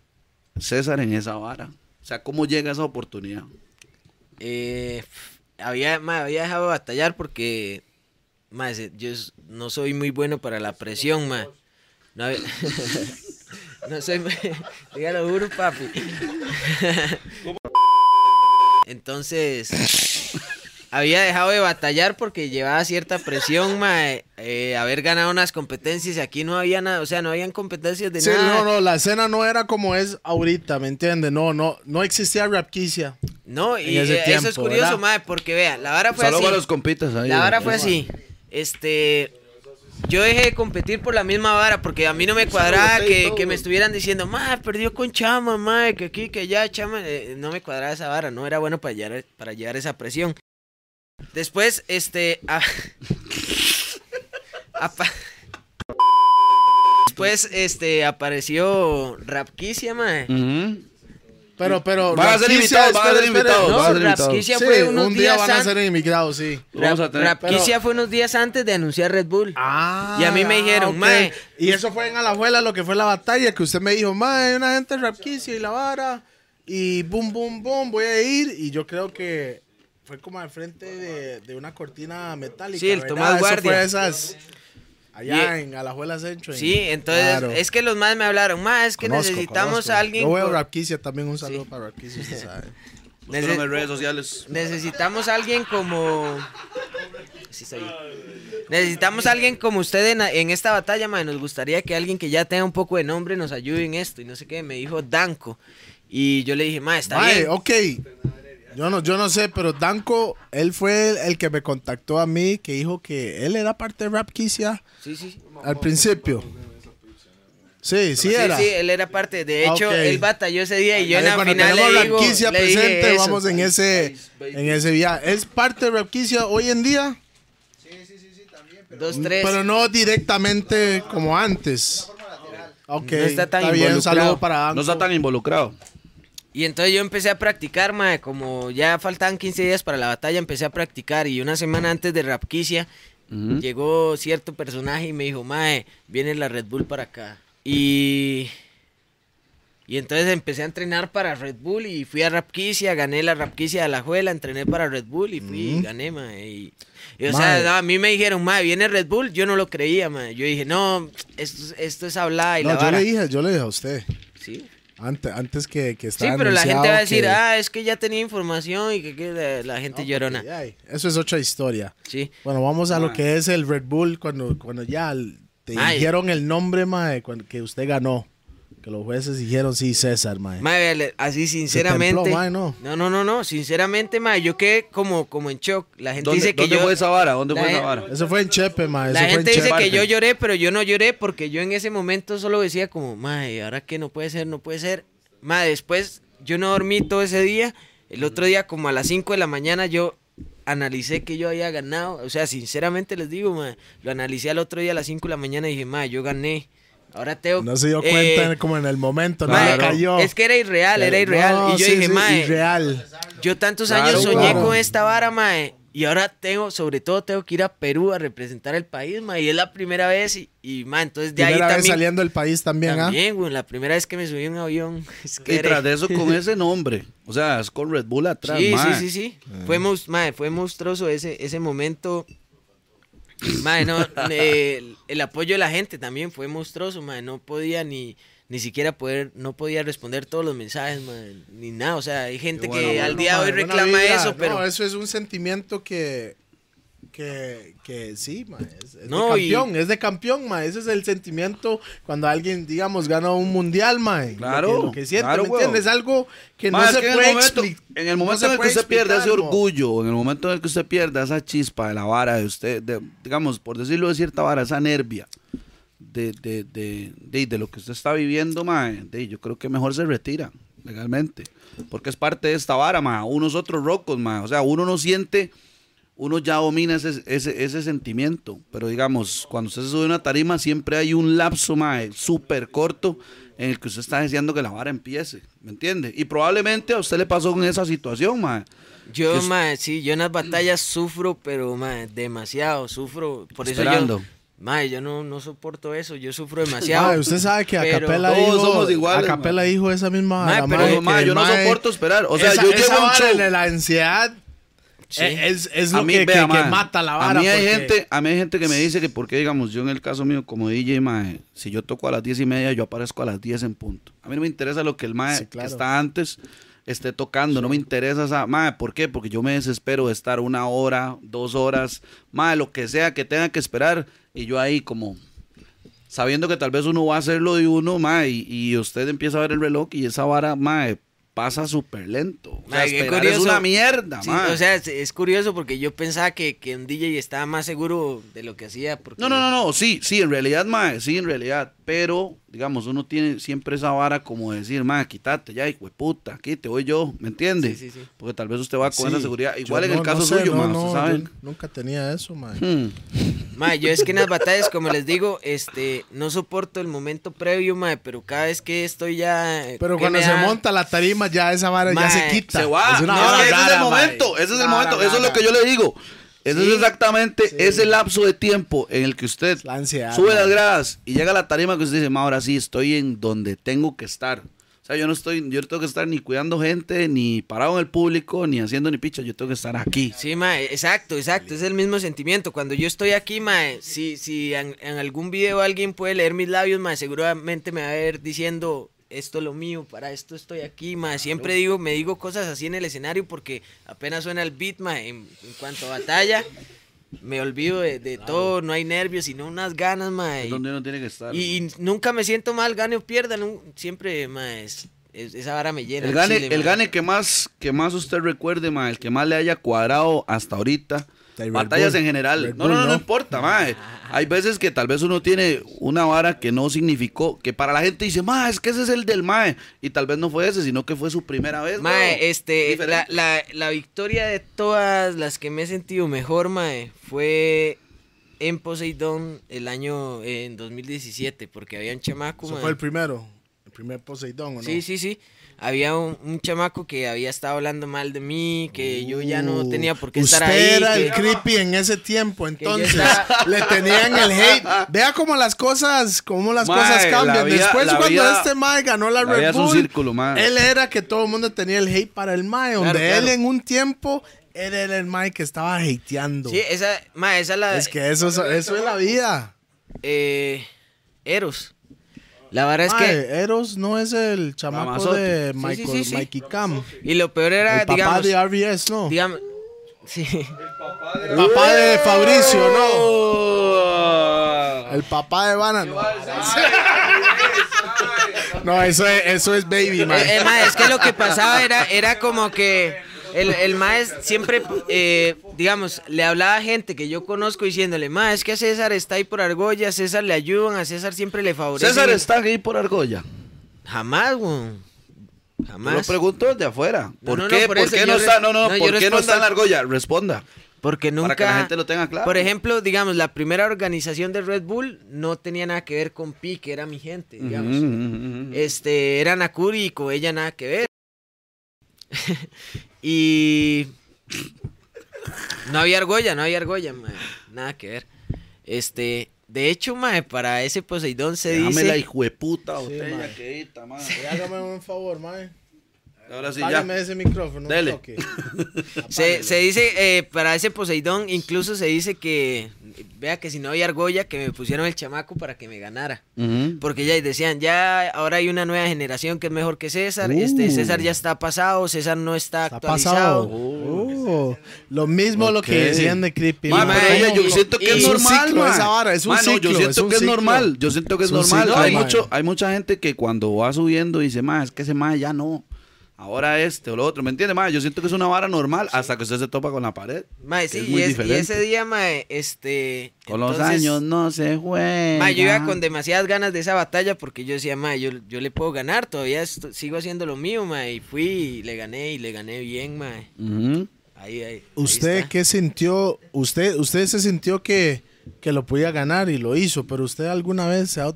César en esa vara? O sea, ¿cómo llega esa oportunidad? Eh, había, ma, había dejado de batallar porque ma, se- yo s- no soy muy bueno para la presión, ma. No, había- no soy. muy- Dígalo juro, papi. Entonces, había dejado de batallar porque llevaba cierta presión, ma. eh, eh, haber ganado unas competencias y aquí no había nada, o sea, no habían competencias de Sí, nada. no, no, la escena no era como es ahorita, ¿me entiendes? No, no, no existía Rapquicia. No, y en ese eh, eso es tiempo, curioso, ¿verdad? mae, porque vea, la vara fue Saludos así. a los compitas ahí. La vara fue Eh, así. Este. Yo dejé de competir por la misma vara, porque a mí no me cuadraba que, que me estuvieran diciendo, ma, perdió con Chama, ma, que aquí, que allá, Chama. eh, no me cuadraba esa vara, no era bueno para llevar, para llevar esa presión. Después, este. a- apa- Después, este, apareció Rapquicia, mae. Ujú. Pero, pero. Van a ser Rapquicia, invitados, van a ser espere, espere. invitados. No, va a ser invitado. Rapquicia Sí, fue unos un día días van a antes. ser inmigrados, sí. Vamos a tener- Rapquicia fue unos días antes de anunciar Red Bull. Ah, Y a mí me dijeron, ok. "Mae". Y eso fue en Alajuela lo que fue la batalla, que usted me dijo, mae, hay una gente rapquicia y la vara, y boom, boom, boom, voy a ir. Y yo creo que fue como al frente de, de una cortina metálica. Sí, el ¿verdad? Tomás Eso Guardia. fue esas. Allá Y- en Alajuela Centro. en- Sí, entonces Claro. es que los más me hablaron, más es que Conozco, necesitamos conozco. a alguien. Yo veo con- Rapquicia también, un saludo para Rapquicia, usted sabe. nece- Búsquenlo en redes sociales. necesitamos a alguien como. Sí, está bien. Necesitamos a alguien como usted en, en esta batalla, mae. Nos gustaría que alguien que ya tenga un poco de nombre nos ayude en esto. Y no sé qué, me dijo Danco. Y yo le dije, ma, está Mae, bien. ok. Yo no, yo no sé, pero Danco, él fue el, el que me contactó a mí, que dijo que él era parte de Rapquicia. Sí, sí. Al principio. Sí, sí Sí, era. sí, él era parte. De Ah, hecho, ok. él batalló ese día y yo en Ahí la cuando final tenemos le digo, Rapquicia le dije presente, eso. vamos en ese, en ese viaje. ¿Es parte de Rapquicia hoy en día? Dos, tres. Pero no directamente como antes. Ok, No está tan bien, involucrado. saludo para No está Anco. tan involucrado. Y entonces yo empecé a practicar, mae, como ya faltaban 15 días para la batalla, empecé a practicar y una semana antes de Rapquicia llegó cierto personaje y me dijo, mae, viene la Red Bull para acá. Y... Y entonces empecé a entrenar para Red Bull y fui a Rapquicia, gané la Rapquicia de la Juela, entrené para Red Bull y fui y gané, mae. Y, y, o sea, Mae. no, a mí me dijeron, mae, viene Red Bull, yo no lo creía, mae. Yo dije, no, esto, es- esto es hablar y la No, yo vara. le dije, yo le dije a usted. Sí. Antes, antes que, que Sí, estaba pero la gente va a decir, anunciado que- ah, es que ya tenía información y que, que la, la gente llorona. Ah. Ay, ay, Eso es otra historia. Sí. Bueno, vamos a lo que es el Red Bull cuando, cuando ya l- te Mae. dijeron el nombre, mae, cuan- que usted ganó. Que los jueces dijeron, sí, César, mae. Mae, vea, le- así sinceramente. templó, mae, no. no, no, no, no, Sinceramente, mae, yo quedé como, como en shock. La gente ¿Dónde, dice que dónde yo. fue esa vara? ¿Dónde La fue esa gente- vara? Eso fue en Chepe, mae. La eso fue gente en dice Chepe. que yo lloré, pero yo no lloré porque yo en ese momento solo decía como, mae, ahora que no puede ser, no puede ser. Mae, después yo no dormí todo ese día. El otro día, como a las 5 de la mañana, yo analicé que yo había ganado. O sea, sinceramente les digo, mae, lo analicé al otro día a las 5 de la mañana y dije, mae, yo gané. Ahora tengo No se dio eh, cuenta en- como en el momento, no mae, le cayó. Es que era irreal, era irreal. No, y yo sí, dije, sí, mae, Irreal. yo tantos Claro, años soñé claro. con esta vara, mae. Y ahora tengo, sobre todo, tengo que ir a Perú a representar el país, mae. Y es la primera vez. Y, y mae, entonces de Primera ahí vez también. saliendo del país también, ¿ah? también, güey, la primera vez que me subí en un avión. Es que Y era- tras de eso, con ese nombre. O sea, es con Red Bull atrás. sí, mae. sí, sí, sí. Ah. Fue, monst- mae, fue monstruoso ese, ese momento. Mae, no, eh, el, el apoyo de la gente también fue monstruoso, mae. No podía ni, ni siquiera poder, no podía responder todos los mensajes, mae, ni nada. O sea, hay gente Eh, que Bueno, al día de mae, hoy buena reclama vibra. eso, pero. No, eso es un sentimiento que... Que, que sí, mae, es, es No, de y- campeón, es de campeón, mae. Ese es el sentimiento cuando alguien, digamos, gana un mundial, mae. Lo que- Claro, lo que, siente, claro, ¿me entiendes? huevo. Algo que Mae, no es se que puede en el momento, expli- en el no momento se en el que puede usted pierde ese explicar, mo. orgullo, en el momento en el que usted pierda esa chispa de la vara de usted, de- digamos, por decirlo de cierta vara, esa nervia de, de, de, de- de lo que usted está viviendo, mae, de- yo creo que mejor se retira. legalmente. Porque es parte de esta vara, ma. Unos otros rocos, ma. O sea, uno no siente, uno ya domina ese, ese, ese sentimiento. Pero digamos, cuando usted se sube a una tarima, siempre hay un lapso, ma, súper corto en el que usted está deseando que la vara empiece. ¿Me entiende? Y probablemente a usted le pasó con esa situación, ma. Yo, Es- mae, sí, yo en las batallas sufro, pero, mae, demasiado, sufro. Por eso Esperando. yo, mae, yo no, no soporto eso, yo sufro demasiado. Mae, usted sabe que Pero- Acapela Todos dijo, somos iguales, Acapela mae. dijo esa misma Mae, vara, pero mae, Pero, ma, que yo no el mae- soporto esperar. O sea, esa, yo llego esa a un vara show. de la ansiedad Sí. eh, es, es lo a mí, que, que- que vea, mae, mata la vara. A mí, hay porque- gente, a mí hay gente que me dice que porque, digamos, yo en el caso mío como DJ, mae, si yo toco a las 10 y media, yo aparezco a las 10 en punto. A mí no me interesa lo que el mae Sí, claro. que está antes esté tocando, no me interesa esa... Mae, ¿por qué? Porque yo me desespero de estar una hora, dos horas, mae, lo que sea que tenga que esperar y yo ahí como... Sabiendo que tal vez uno va a hacer lo de uno, mae, y, y usted empieza a ver el reloj y esa vara, mae, pasa súper lento. O sea, Mae, qué esperar es curioso. una mierda, Sí, mae. o sea, es, es curioso porque yo pensaba que, que un DJ estaba más seguro de lo que hacía. Porque No, no, no, no, sí, sí, en realidad, mae, sí, en realidad, pero, digamos, uno tiene siempre esa vara como de decir, mae, quítate ya, hijo de puta, aquí te voy yo, ¿me entiendes? Sí, sí, sí. Porque tal vez usted va con Sí, esa seguridad, yo igual en no- el caso no sé, suyo, no, mae, no, usted yo sabe. nunca tenía eso, mae. Hmm, Mae, yo es que en las batallas, como les digo, este, no soporto el momento previo, mae, pero cada vez que estoy ya... eh, Pero que cuando me se da- monta la tarima, ya esa vara ya Mae, se quita. Se va, Es una no, vara ese es el rara, mae. momento, ese es el Una momento, vara eso es lo rara. que yo le digo. Eso Sí, es exactamente sí. ese lapso de tiempo en el que usted La ansiedad, sube mae. las gradas y llega a la tarima que usted dice, "Ma, ahora sí, estoy en donde tengo que estar. O sea, yo no estoy, yo no tengo que estar ni cuidando gente, ni parado en el público, ni haciendo ni picha, yo tengo que estar aquí. Sí, mae, exacto, exacto, es el mismo sentimiento. Cuando yo estoy aquí, mae, si, si en, en algún video alguien puede leer mis labios, mae, seguramente me va a ver diciendo, esto es lo mío, para esto estoy aquí, mae. Siempre digo, me digo cosas así en el escenario porque apenas suena el beat, mae, en, en cuanto a batalla, me olvido de, de todo, no hay nervios, sino unas ganas, mae. Es y- donde uno tiene que estar. Y, y nunca me siento mal, gane o pierda, nu- siempre, mae, es- es- esa vara me llena. el al gane, chile, el mae. gane que más, que más usted recuerde, ma, el que más le haya cuadrado hasta ahorita. Del Red batallas Bull. en general. Red No, no, Bull, no, no ¿no? importa, ma. Ah. Hay veces que tal vez uno tiene una vara que no significó, que para la gente dice, ma, es que ese es el del mae. Y tal vez no fue ese, sino que fue su primera vez. weón. Mae, este, la, Diferente. la- la victoria de todas las que me he sentido mejor, mae, fue en Poseidón el año eh, en 2017, porque había un chamaco, Eso mae. fue el primero. El primer Poseidón, ¿o no? Sí, sí, sí. Había un, un chamaco que había estado hablando mal de mí, que yo ya no Uh, tenía por qué usted estar ahí. era que- el creepy en ese tiempo, yo entonces estaba- le tenían el hate. Vea cómo las cosas, cómo las Mae, cosas la cambian. vida- Después la cuando vida- este Mae ganó la, la vida Red es un Bull, círculo, mae. él era que todo el mundo tenía el hate para el Mae, donde claro. él en un tiempo él era el Mae que estaba hateando. Sí, esa, mae, esa la... es que eso, es- eso es la vida. eh, Eros. La vara es Mae, que... Eros no es el chamaco Ramazotti. de Sí, Michael, sí, sí, sí. Mikey Cam. Y lo peor era, el papá digamos... de RBS, ¿no? digamos sí. El papá de ¡Eh! Fabricio, ¿no? Oh. El papá de Banano. No, eso es, eso es baby, man. Eh, eh, mae, es que lo que pasaba era, era como que el, el maestro siempre, eh, digamos, le hablaba a gente que yo conozco diciéndole, ma, es que a César está ahí por argolla, a César le ayudan, a César siempre le favorece. César está ahí por argolla. Jamás, weón. Me lo Jamás. pregunto desde afuera. ¿Por no, no, qué? por ¿Por, eso qué yo no re- está? No, no, no, yo ¿por qué no respondo está en la al- argolla? Responda. Porque nunca. Para que la gente lo tenga claro. Por ejemplo, digamos, la primera organización de Red Bull no tenía nada que ver con Pi, que era mi gente, digamos. Ujú, ujú, ujú. Este, era Nakuri y con ella nada que ver. y. No había argolla, no había argolla, mae, nada que ver. Este, de hecho, mae, para ese Poseidón se Déjame la dice. hijueputa botella mae. que ahí está, mae. Hágame un favor, man. Ahora sí, ya. Págame ese micrófono. Dele. toque. Se, se dice, eh, para ese Poseidón, incluso se dice que. Vea que si no había argolla, que me pusieron el chamaco para que me ganara. Ujú. Porque ya decían, ya ahora hay una nueva generación que es mejor que César. Este, Uh. César ya está pasado, César no está Está actualizado. pasado. Oh, Lo mismo lo que Ok. decían de Creepy. Ma, ma. pero mae, ella, yo y- siento que y- es es un normal, ciclo mae. esa vara, es un Ma, no, ciclo, yo es siento un que ciclo. es normal, yo siento que es, Es un normal. ciclo, hay mae. mucho, hay mucha gente que cuando va subiendo dice, "Mae, es que ese mae ya no." ahora este o lo otro, ¿me entiende? Mae, yo siento que es una vara normal hasta que usted se topa con la pared. Mae, sí, es y, muy es- y diferente. ese día, mae, este. Con los entonces, años no se juega. Mae, yo iba con demasiadas ganas de esa batalla porque yo decía, mae, yo, yo le puedo ganar, todavía esto- sigo haciendo lo mío, mae. Y fui y le gané y le gané bien, mae. Ujú. Ahí, ahí. ahí ¿Usted está. qué sintió? Usted, usted se sintió que, que lo podía ganar y lo hizo, pero usted alguna vez se ha...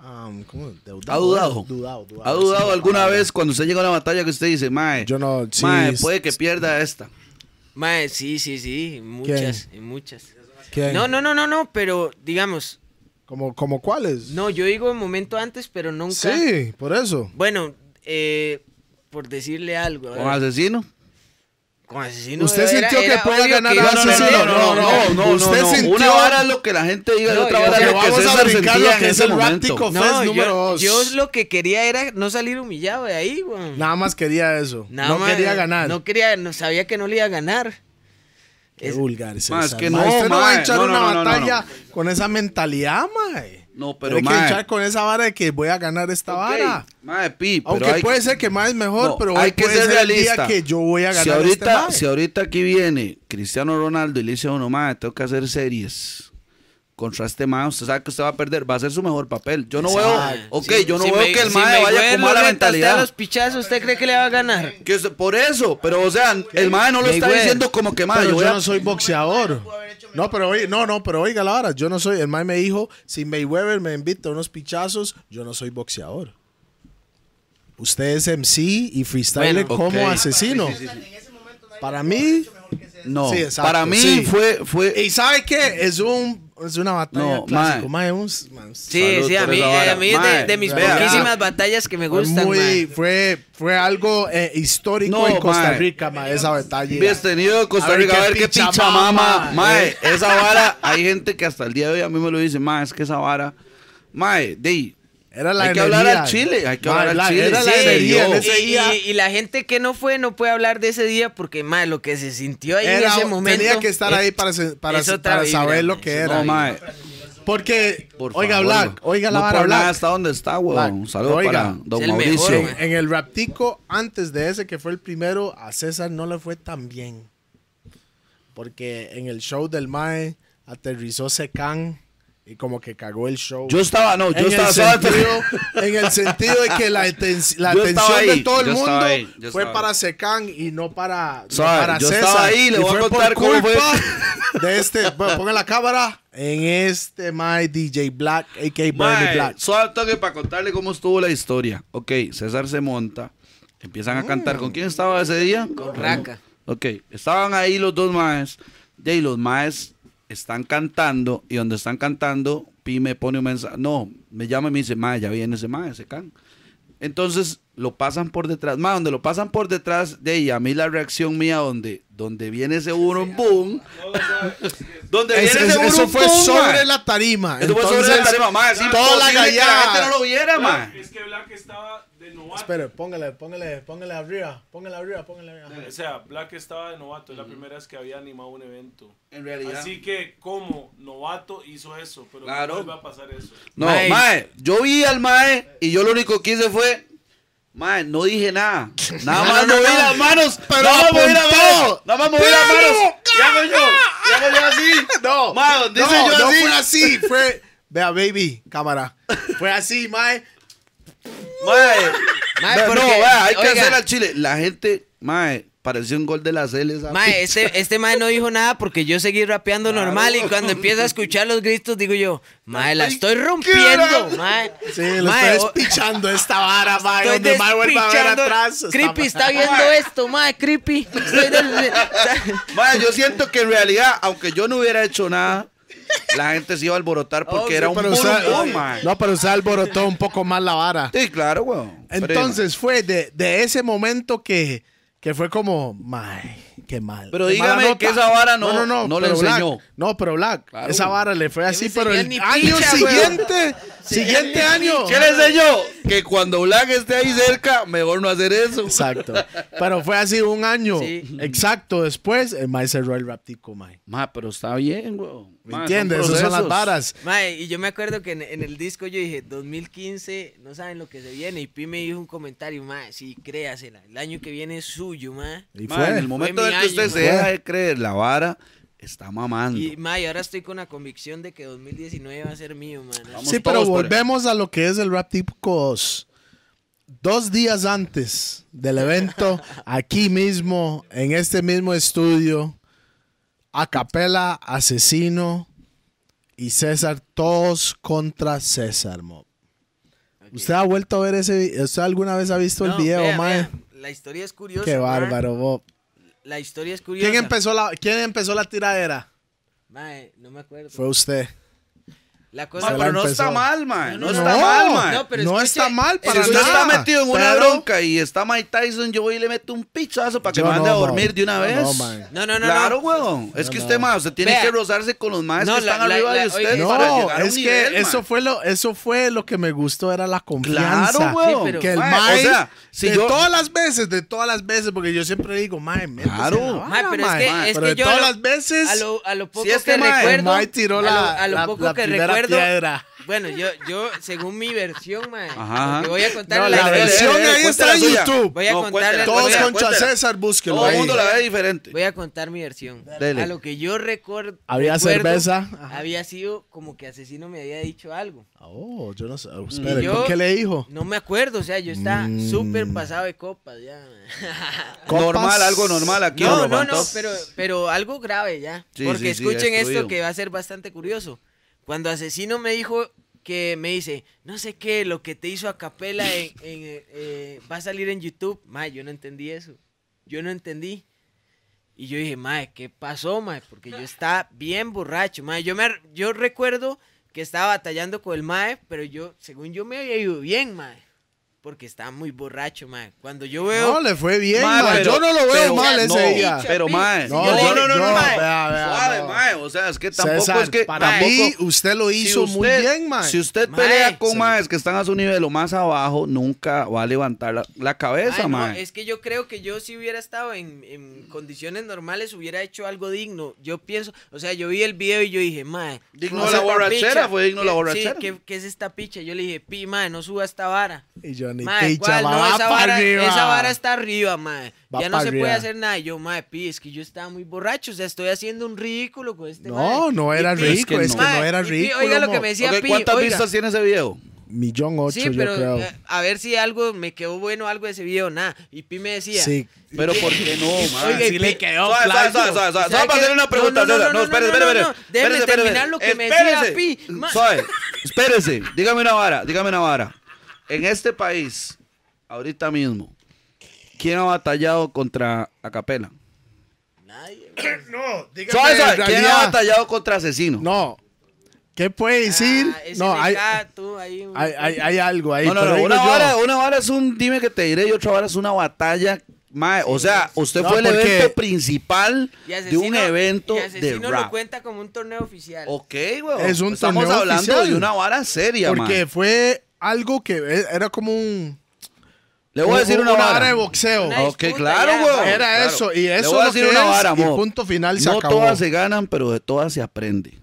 um, ¿cómo? Deudado, ¿Ha dudado? ¿eh? Dudado, ¿Ha dudado Sí, alguna ah, vez cuando usted llega a una batalla que usted dice, mae, Yo no, sí, mae, es- puede que pierda esta? Mae, sí, sí, sí, muchas, y muchas. ¿Quién? No, no, no, no, no, pero digamos, ¿Como, como cuáles? no, yo digo un momento antes, pero nunca. Sí, por eso. Bueno, eh, por decirle algo. a ver, ¿Con asesino? con asesino. ¿Usted era- sintió que era pueda obvio ganar que a iba No, no, no, perder, no, no, no, no. Usted sintió- Una vara es lo que la gente diga y No, otra yo- vara es yo- lo que vamos a César brincar lo sentía en que es ese el momento. rántico. No, Fes yo- número dos. Yo, lo que quería era no salir humillado de ahí, güey. Nada más quería eso. Nada no más, quería ganar. No quería, no sabía que no le iba a ganar. Qué es- vulgar. Más César. que Ma, no, Usted no va mae. a echar No, no, una no, no, no, batalla no. con esa mentalidad, mae. No, pero, Hay que mae. echar con esa vara de que voy a ganar esta Ok, vara. Mae, pi, pero Aunque hay- puede ser que más es mejor, pues, no, pero hoy puede ser, el día que yo voy a ganar si ahorita, este si ahorita aquí viene Cristiano Ronaldo y le dice a uno, mae, tengo que hacer series. Contra este mae, usted sabe que usted va a perder, va a hacer su mejor papel. Yo no veo, ok, Ah, Sí, yo no si veo me- que el si mae me vaya Mayweather con mala lo reta a usted a mentalidad. los pichazos, ¿usted cree que le va a ganar? Que usted- por eso, pero o sea, el mae no lo está Mayweather. diciendo como que mae, Pero yo yo, voy a- no soy boxeador. No, pero oye, no, no, pero oiga la vara. Yo no soy, el mae me dijo, si Mayweather me invita a unos pichazos, yo no soy boxeador. Usted es MC y freestyle Bueno, como ok. asesino. Para mí, No, Sí, exacto, para mí sí. fue, fue ¿y sabe qué? Es un es una batalla No, clásico, mae, un- Sí, Salud sí, a por mí, esa a vara. mí es Mae, de, de mis vea. poquísimas batallas que me fue gustan, muy- mae. fue fue algo eh, histórico No, en Costa mae. Rica, mae, esa batalla. Hubiese tenido de Costa A ver Rica, a qué ver qué picha picha mama, mama. Mae, eh. esa vara, hay gente que hasta el día de hoy a mí me lo dice, mae, es que esa vara, mae, de Era la Hay que energía. hablar al Chile, hay que Mae, hablar al la- Chile. Era la Sí, energía en yo- ese y, día. y- y la gente que no fue no puede hablar de ese día porque, mae, lo que se sintió ahí Era- en ese momento. tenía que estar es- ahí para, se- para, es otra para vibra, saber mae, lo es que otra era. no, mae, Porque, por oiga, favor, Black, güey. oiga la no vara, por nada Black. está donde está, weón. Black, Un saludo oiga, para es don el mejor, Mauricio. mae. En el raptico, antes de ese que fue el primero, a César no le fue tan bien. Porque en el show del Mae aterrizó Secan y como que cagó el show. yo estaba, no, en, yo estaba, el estaba- sentido, en el sentido de que la, aten- la Yo atención estaba de ahí, todo el yo estaba mundo ahí, yo fue estaba para ahí. Secán y no para, no Sabe, para yo César. estaba ahí, le Y voy fue a contar por cómo fue. culpa De este, bueno, ponga la cámara en este my DJ Black, a.k.a. Bernie Mae, Black. suave toque para contarle cómo estuvo la historia. Ok, César se monta, empiezan a cantar. ¿Con quién estaba ese día? Con Raca. Ok, estaban ahí los dos maes. De ahí los maes están cantando y donde están cantando, Pi me pone un mensaje. No, me llama y me dice, mae, ya viene ese mae, ese can. Entonces lo pasan por detrás. Mae, donde lo pasan por detrás, de ahí a mí la reacción mía, donde, donde viene ese uno, boom. donde Es- viene es- ese eso uno, fue boom, sobre mae. la tarima. Eso fue sobre Entonces, la tarima, mae, es toda la imposible que gallada. gente no lo viera, mae. Es que Black estaba de novato. Espere, póngale, póngale, póngale arriba, póngale arriba, póngale arriba. O sea, Black estaba de novato, Mm. es la primera vez que había animado un evento. En realidad. Así que como novato hizo eso, pero Claro. no vuelve a pasar eso. No, Mae. mae. yo vi al mae y yo lo único que hice fue, mae, no dije nada. Nada más moví las manos, Pero nada más moví las apuntó. manos, nada más moví las manos. pues, Y hago yo, y hago yo así. No, Mae, donde hice no, yo no así. fue así, fue... Vea, baby, cámara. Fue así, mae. Mae, Mae, no, porque- no, vea, hay que oiga. hacer al chile. La gente, mae, pareció un gol de las L's. ¿sabes? Mae, este, este mae no dijo nada porque yo seguí rapeando normal y cuando empiezo a escuchar los gritos digo yo, mae, la estoy rompiendo, mae. Sí, lo Mae, está o- despichando esta vara, mae. estoy Donde mae vuelva a ver despichando. atrás. Creepy está viendo esto, mae, creepy. Estoy del- Mae, yo siento que en realidad, aunque yo no hubiera hecho nada, la gente se iba a alborotar porque Obvio, era un Pero usted, boom, mae. no, pero usted alborotó un poco más la vara. Sí, claro, weón. Entonces fue de, de ese momento que, que fue como, mae, qué mal. Pero qué mala dígame nota". que esa vara no- no le pero Black- enseñó. no, pero Black, Claro. esa vara le fue así, me pero el enseñó ni año picha, siguiente, siguiente año. ¿Qué le enseñó? que cuando Black esté ahí cerca, mejor no hacer eso. Exacto. Pero fue así un año Sí. exacto después, el Mae cerró el Raptico, Mae. Ma, pero está bien, weón. ¿Me entiendes? Esas son las varas. Mae, y yo me acuerdo que en, en el disco yo dije 2015, no saben lo que se viene. Y Pi me dijo un comentario, mae, sí, créasela. El año que viene es suyo, mae. Y Ma, fue. en el momento mi en que usted año, se ma. deja de creer la vara, está mamando. Y mae, ahora estoy con la convicción de que 2019 va a ser mío, mae. No Vamos sé. Sí, pero todos por ahí. volvemos a lo que es el Raptico. Dos días antes del evento, aquí mismo, en este mismo estudio, Acapela, Asesino y César, todos contra César, Mob. ¿Usted ha vuelto a ver ese ¿Usted alguna vez ha visto No, el video, vea, mae? vea, La historia es curiosa. Qué mae. bárbaro, Bob. La historia es curiosa. ¿Quién empezó, la, ¿Quién empezó la tiradera? Mae, no me acuerdo. Fue usted. La Ma, cosa Se la pero no empezó. está mal, ma. No, No, está no, mal, ma. no, pero no escuche, está mal pero para si usted nada. está metido en una pero- bronca y está Mike Tyson, yo voy y le meto un pichazo para que Yo me mande no, a dormir man. de una Yo vez. no, man. No, no, no, Claro, no. weón. Es que usted, ma, usted tiene Vea. que rozarse con los más No, que la- están la- arriba la- de oye, usted no, Eh, para llegar No, a un es nivel, que ma. eso fue, lo, eso fue lo que me gustó, era la confianza. Claro, weón. pero- que el Ma, mae, o sea, si de yo... todas las veces, de todas las veces, porque yo siempre digo, mae, métese Claro. en la vara, Mae, pero es mae. que- Mae, es pero que de yo todas lo- las veces, A lo, a lo poco este que mae- el recuerdo. mae tiró a lo- la, a lo la- poco la que primera recuerdo. piedra. Bueno, yo, yo, según mi versión, mae, Ajá. lo que voy a contar No, es la la, historia. versión eh, ahí cuente está la en suya. YouTube. Voy a contarle- cuéntela, Todos Todos cuéntela, contra cuéntela. César, búsquelo Todo el ahí. mundo la ve diferente. Voy a contar mi versión. Dele. A lo que yo recuerdo. Había recuerdo, cerveza. Ajá. Había sido como que asesino me había dicho algo. Oh, yo no sé. Oh, espere, Y yo- ¿con ¿qué le dijo? No me acuerdo, o sea, yo estaba Mm. súper pasado de copas ya. mae. Copas. Normal, algo normal aquí. No, don no, Roberto. no, pero, pero algo grave ya. Sí, porque sí, sí, escuchen destruido. esto que va a ser bastante curioso. Cuando Asesino me dijo que me dice, no sé qué, lo que te hizo a capela en- en, eh, eh, va a salir en YouTube. Mae, yo no entendí eso. Yo no entendí. Y yo dije, mae, ¿qué pasó, mae? Porque yo estaba bien borracho, mae. Yo, me, yo recuerdo que estaba batallando con el mae, pero yo, según yo, me había ido bien, mae. Porque estaba muy borracho, mae. Cuando yo veo... No, le fue bien, Ma, ma. pero- yo no lo veo pero- mal no, ese día. Pero, mae. Sí, No, yo le- yo- no, no, no, yo- no. vea, vea, Suave, no. mae. O sea, es que tampoco César, es que. para tampoco- mí, usted lo si hizo muy usted- bien, ma. Si usted Mae. pelea con Sí. maes que están a su nivel o más abajo, nunca va a levantar la, la cabeza, Ay, no, mae. es que yo creo que yo si hubiera estado en, en condiciones normales hubiera hecho algo digno. Yo pienso, o sea, yo vi el video y yo dije, mae. Digno ¿qué de es la esta borrachera, picha? fue digno de la ¿Qué- borrachera. Sí, ¿qué, qué es esta picha? Yo le dije, pi, mae, no suba esta vara. Y Johnny Mae, Picha, ¿cuál? ma, No, va esa, pa' vara, arriba. esa vara está arriba, mae. Va ya no pa' se puede arriba. hacer nada. Y yo, mae, pi, es que yo estaba muy borracho, o sea, estoy haciendo un ridículo con este No, mae". no Y pues, era Pi- rico, que es que no. no mae, era y Pi, rico. Oiga lo mo. que me decía Ok, Pi. ¿Cuántas oiga. vistas tiene ese video? Millón ocho, Sí, pero yo creo. eh, a ver si algo me quedó bueno algo de ese video, nada. Y Pi me decía, "Ah, sí. Pero ¿por qué no, mae? Oiga, y Pi- Suave, suave, suave, suave, suave. ¿Sabe Solo para qué? hacerle una pregunta, No, no, no, César. no, No, no, espérese, no, no, espérese. no. espérese, Déjeme espérese. terminar lo que me Espérese. decía, pi. Ma- Suave, espérese. Dígame una vara, dígame una vara. En este país, ahorita mismo, ¿quién ha batallado contra Acapela? Nadie, No, dígame. Suave, suave. ¿Quién ha batallado contra Asesino? No. ¿Qué puede decir? Ah, no, SNK, hay, tú ahí, un- hay, hay, hay algo ahí. No, no, pero no. digo Una yo. vara, una vara es un dime que te diré y otra vara es una batalla. mae. o sea, usted No, fue el porque- evento principal Y de un Asesino- evento y de Asesino lo rap. cuenta como un torneo oficial. Ok, weón. Es un Estamos torneo hablando oficial. de una vara seria, man. Porque fue algo que eh, era como un. Le voy a decir una, vara. Oh. de boxeo. Una- Ok, disputa, claro, ya, weón. vamos, Era Claro. eso. Y Le eso voy a es lo decir que una es, vara, y mo. punto final, se no acabó. todas se ganan, pero de todas se aprende.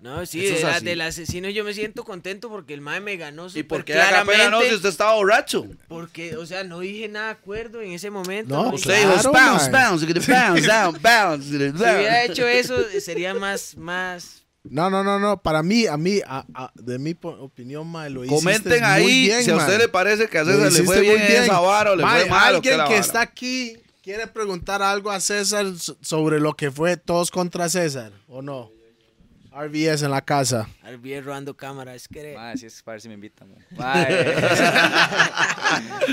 No, sí, Eso es de la- así. del asesino yo me siento contento porque el mae me ganó ¿Y súper por qué claramente. Acapela no si usted estaba borracho? Porque, o sea, no dije nada de acuerdo en ese momento. No, pues dije- Usted Claro, dijo, bounce, man. bounce, bounce, bounce, down, bounce, Si hubiera down. hecho eso, sería más, más... No, no, no, no. Para mí, a mí, a- a- de mi po- opinión, mae, lo hiciste Comenten muy ahí bien, si a usted mae. le parece que a Lo César le fue hiciste muy bien, en esa vara o le Mae, fue mal. o qué Alguien la que vara. está aquí quiere preguntar algo a César so- sobre lo que fue todos contra César, ¿o no? RBS en la casa. Al bien robando cámaras, es que... Madre, si es para ver si me invitan. mo. Madre.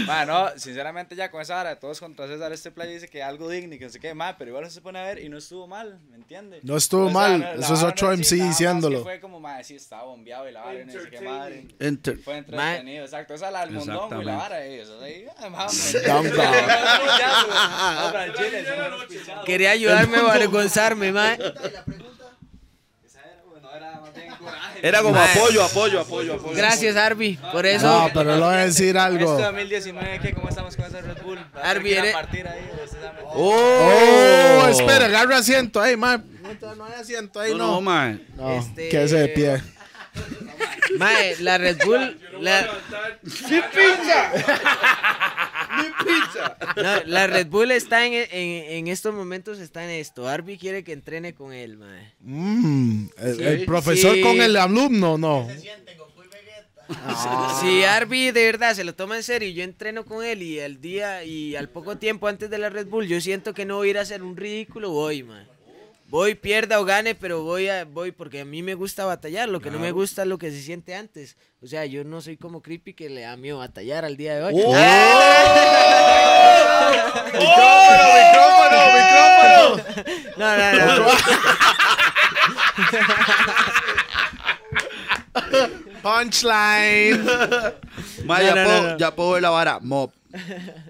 Madre, no, sinceramente ya con esa hora, todos contra César, este playa dice que algo digno y que no sé qué, madre, pero igual no se pone a ver y no estuvo mal, ¿me entiendes? No estuvo O sea, mal, no, la eso es vara otro no MC así, nada más diciéndolo. que Fue como, madre, sí, estaba bombeado y la vara y no sé qué, madre. Enter. Fue entretenido, exacto. Esa es la del mondongo y la vara, y eso ahí, ah, vamos. Down, down. Ah, para el chile, eso no es pichado. Quería ayudarme a avergonzarme, mae. Esa era, bueno, era más bien coraje. Era como Mae. apoyo, apoyo, apoyo, apoyo. Gracias, Arby, por eso. No, pero le voy a decir algo. Este 2019, ¿qué? ¿cómo estamos con esa Red Bull? Va a tener Arby, que ir eres- a partir ahí, precisamente. Uh, Oh, espera, agarra asiento ahí, mae. No hay asiento ahí, No, no, no. mae. No, Este- quédese de pie. Mae, la Red Bull. La, no, la Red Bull está en, en, en estos momentos está en esto. Arby quiere que entrene con él, mae. Mm, el, el Sí. profesor Sí. con el alumno, no. Si Arby de verdad se lo toma en serio y yo entreno con él y al día y al poco tiempo antes de la Red Bull, yo siento que no voy a ir a hacer un ridículo, voy, man. Voy, pierda o gane, pero voy a, voy porque a mí me gusta batallar, lo que no me gusta es lo que se siente antes. O sea, yo no soy como Creepy que le da miedo batallar al día de hoy. ¡Oh! ¡Oh! ¡Micrófono, micrófono! No, no, no. Punchline. Mae, ya, No, no, puedo, no, no. ya puedo ver la vara. Mob.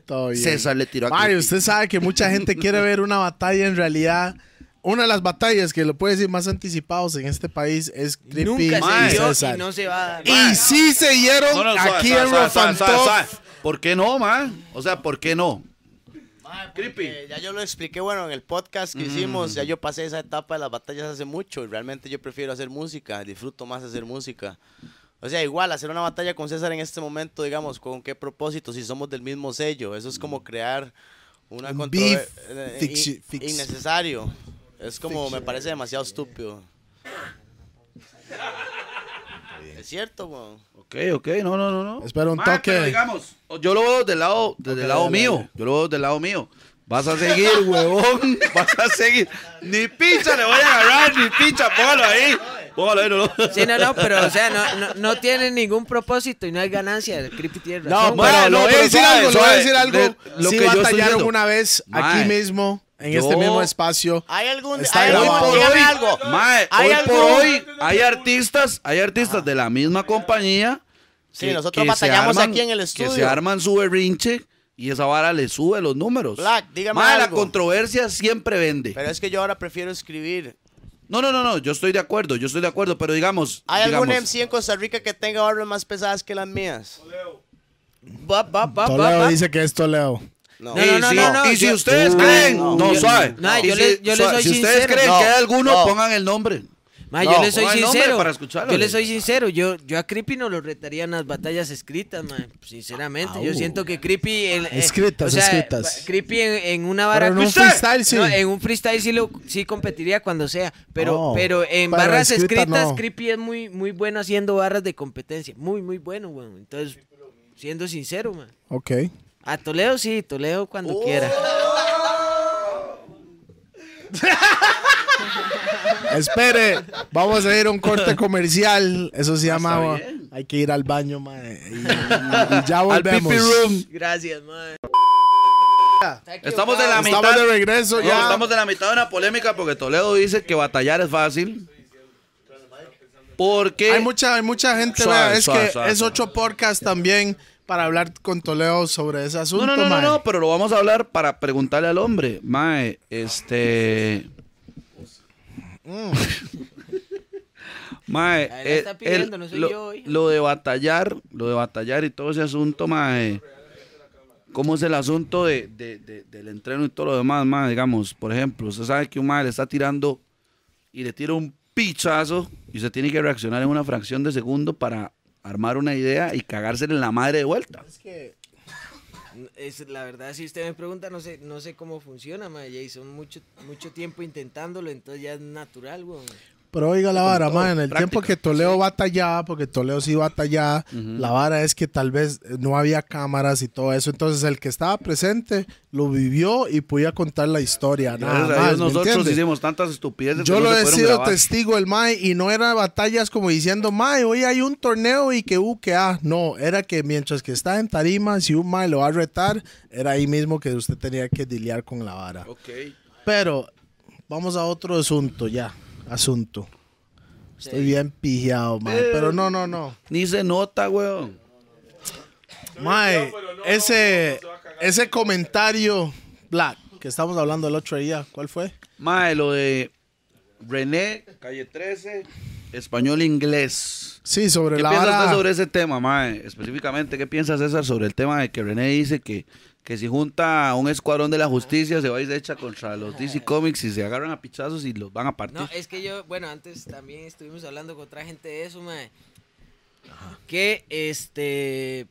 Todo bien. César le tiró a Mario, Creepy. usted sabe que mucha gente quiere ver una batalla en realidad. Una de las batallas que lo puede decir más anticipados en este país es Creepy Nunca y se dio César. y no se va a dar. Y sí se dieron No, no, suave, aquí suave, en suave, suave, Rofantov. suave, suave. ¿Por qué no, mae? O sea, ¿por qué no? Mae, Creepy. porque Ya yo lo expliqué, bueno, en el podcast que Mm. hicimos, ya yo pasé esa etapa de las batallas hace mucho y realmente yo prefiero hacer música, disfruto más hacer música. O sea, igual, hacer una batalla con César en este momento, digamos, ¿con qué propósito? Si somos del mismo sello, eso es como crear una Un controversia beef ficti- fix. innecesario. Es como, me parece demasiado estúpido. Es cierto, weón. Ok, ok, no, no, no. no. Espera un Mae, toque. pero digamos, yo lo veo del lado, desde el lado dale, mío. Yo lo veo del lado mío. Vas a seguir, huevón. Vas a seguir. Ni pincha le voy a agarrar, ni pincha. Póngalo ahí. Póngalo ahí, no, no. Sí, no, no, pero o sea, no, no, no tiene ningún propósito y no hay ganancia. Creepy No, tiene razón, pero Mae, lo no, voy a pero decir suave, algo, lo voy a suave. decir algo. De- lo sí que yo estoy batallaron diciendo. una vez Mae, aquí mismo, en yo- Ah, este mismo espacio. ¿Hay algún... Está hay grabado. algún- Hoy por dígame algo. Mae, ¿Hay hoy por algo? hoy hay artistas, hay artistas de la misma compañía. Sí, nosotros batallamos se aquí en el Que se estudio. arman su berrinche y esa vara le sube los números. Black, dígame Mae, la algo. controversia siempre vende. Pero es que yo ahora prefiero escribir. no, no, no, no, yo estoy de acuerdo, yo estoy de acuerdo, pero digamos. ¿Hay digamos, algún MC en Costa Rica que tenga barras más pesadas que las mías? Va, va, va, va, Toledo va. dice que es Toledo. No. Y, No, no, no, si, no, no, y si yo- ustedes Uh, creen, no, no, yo- suave. no, Y yo si- le- yo le suave, soy Si ustedes sincero. creen No, que hay alguno, no. pongan el nombre. Ma, No, yo le soy ponga el nombre sincero. para escucharlo. yo le soy sincero. Yo, yo a Creepy no lo retaría en las batallas escritas, ma, Sinceramente, yo siento que Creepy. en- eh, Escritas, o sea, escritas. pa- Creepy en, en una vara. Pero en un ¡Usted! freestyle sí. No, en un freestyle sí, lo, sí competiría cuando sea. Pero, Oh, pero en pero barras escrita escritas, no. Creepy es muy, muy bueno haciendo barras de competencia. Muy, muy bueno, weón. Entonces, siendo sincero, man. Ok. A Toledo sí, Toledo cuando quiera. Espere, vamos a ir a un corte comercial. Eso se llama. Ah, está bien. Hay que ir al baño, mae. Y, y ya Al volvemos. PP Room. Gracias, man. Estamos en la mitad. Estamos de regreso No, ya. estamos en la mitad de una polémica porque Toledo dice que batallar es fácil. Porque. Hay mucha, hay mucha gente, Suave, vea, es suave, que suave, es suave. otro podcast también para hablar con Toledo sobre ese asunto, no, no, no, no, mae. no, pero lo vamos a hablar para preguntarle al hombre. Mae, este. Mm. Mae, Ahí la está eh, pidiendo, no soy lo, yo hoy. lo de batallar, lo de batallar y todo ese asunto, mae. ¿Cómo es el asunto de, de- de- del entreno y todo lo demás, mae? Digamos, por ejemplo, usted sabe que un mae le está tirando y le tira un pichazo y usted tiene que reaccionar en una fracción de segundo para armar una idea y cagársela en la madre de vuelta. Es, la verdad, si usted me pregunta, no sé, no sé cómo funciona, ma, Jason. Mucho, mucho tiempo intentándolo, entonces ya es natural, weón. Pero oiga la vara, todo, mae, en el práctica. tiempo que Toledo batallaba, porque Toledo sí batallaba, la vara es que tal vez eh, no había cámaras y todo eso. Entonces el que estaba presente lo vivió y podía contar la historia. Nada Gracias más, a Dios, ¿me nosotros entiende? hicimos tantas estupideces. Yo que no lo se he pudieron sido grabar. testigo el Mae y no era batallas como diciendo Mae, hoy hay un torneo y que uh, que ah. No, era que mientras que está en tarima, si un Mae lo va a retar, era ahí mismo que usted tenía que diliar con la vara. Pero vamos a otro asunto ya. Asunto. Estoy bien pijado, Mae. Pero no, no, no. Ni se nota, weón. Mae, ese, ese comentario, Black, que estamos hablando el otro día, ¿cuál fue? Mae, lo de René, calle 13, Español-inglés. Sí, sobre ¿Qué la piensas vara. usted sobre ese tema, mae? Específicamente, ¿qué piensas, César, sobre el tema de que René dice que, que si junta a un escuadrón de la justicia se va y se echa contra los DC Comics y se agarran a pichazos y los van a partir? No, es que yo, bueno, antes también estuvimos hablando con otra gente de eso, mae. Que este.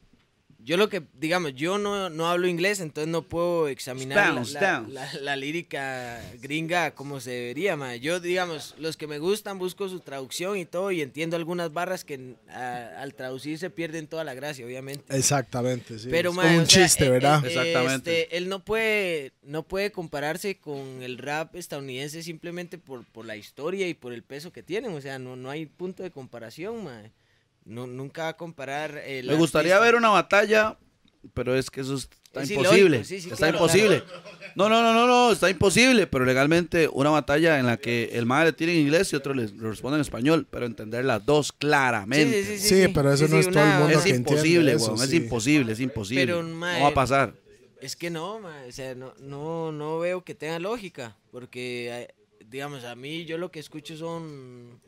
Yo lo que, digamos, yo no, no hablo inglés, entonces no puedo examinar la- Bounce, la, bounce. la- la lírica gringa como se debería, mae. Yo, digamos, los que me gustan busco su traducción y todo, y entiendo algunas barras que a- al traducirse pierden toda la gracia, obviamente. Exactamente, sí. Pero, es mae, como o un sea, chiste, eh, ¿verdad? eh, Exactamente. este, él no puede, no puede compararse con el rap estadounidense simplemente por, por la historia y por el peso que tienen. O sea, no, no hay punto de comparación, mae. No, nunca va a comparar. el Me gustaría artista- ver una batalla, pero es que eso está Es imposible. ilógico, sí, sí, está claro, imposible. No, no, no, no, no, está imposible, pero legalmente una batalla en la que el madre le tira en inglés y otro le le responde en español, pero entender las dos claramente. sí, Sí, sí, sí, pero eso sí, no sí, es todo el una- mundo Es que entiende imposible, eso, weón, es sí. imposible, es imposible. Pero, mae, no va a pasar. Es que no, mae, o sea, no, no, no veo que tenga lógica, porque, eh, digamos, a mí yo lo que escucho son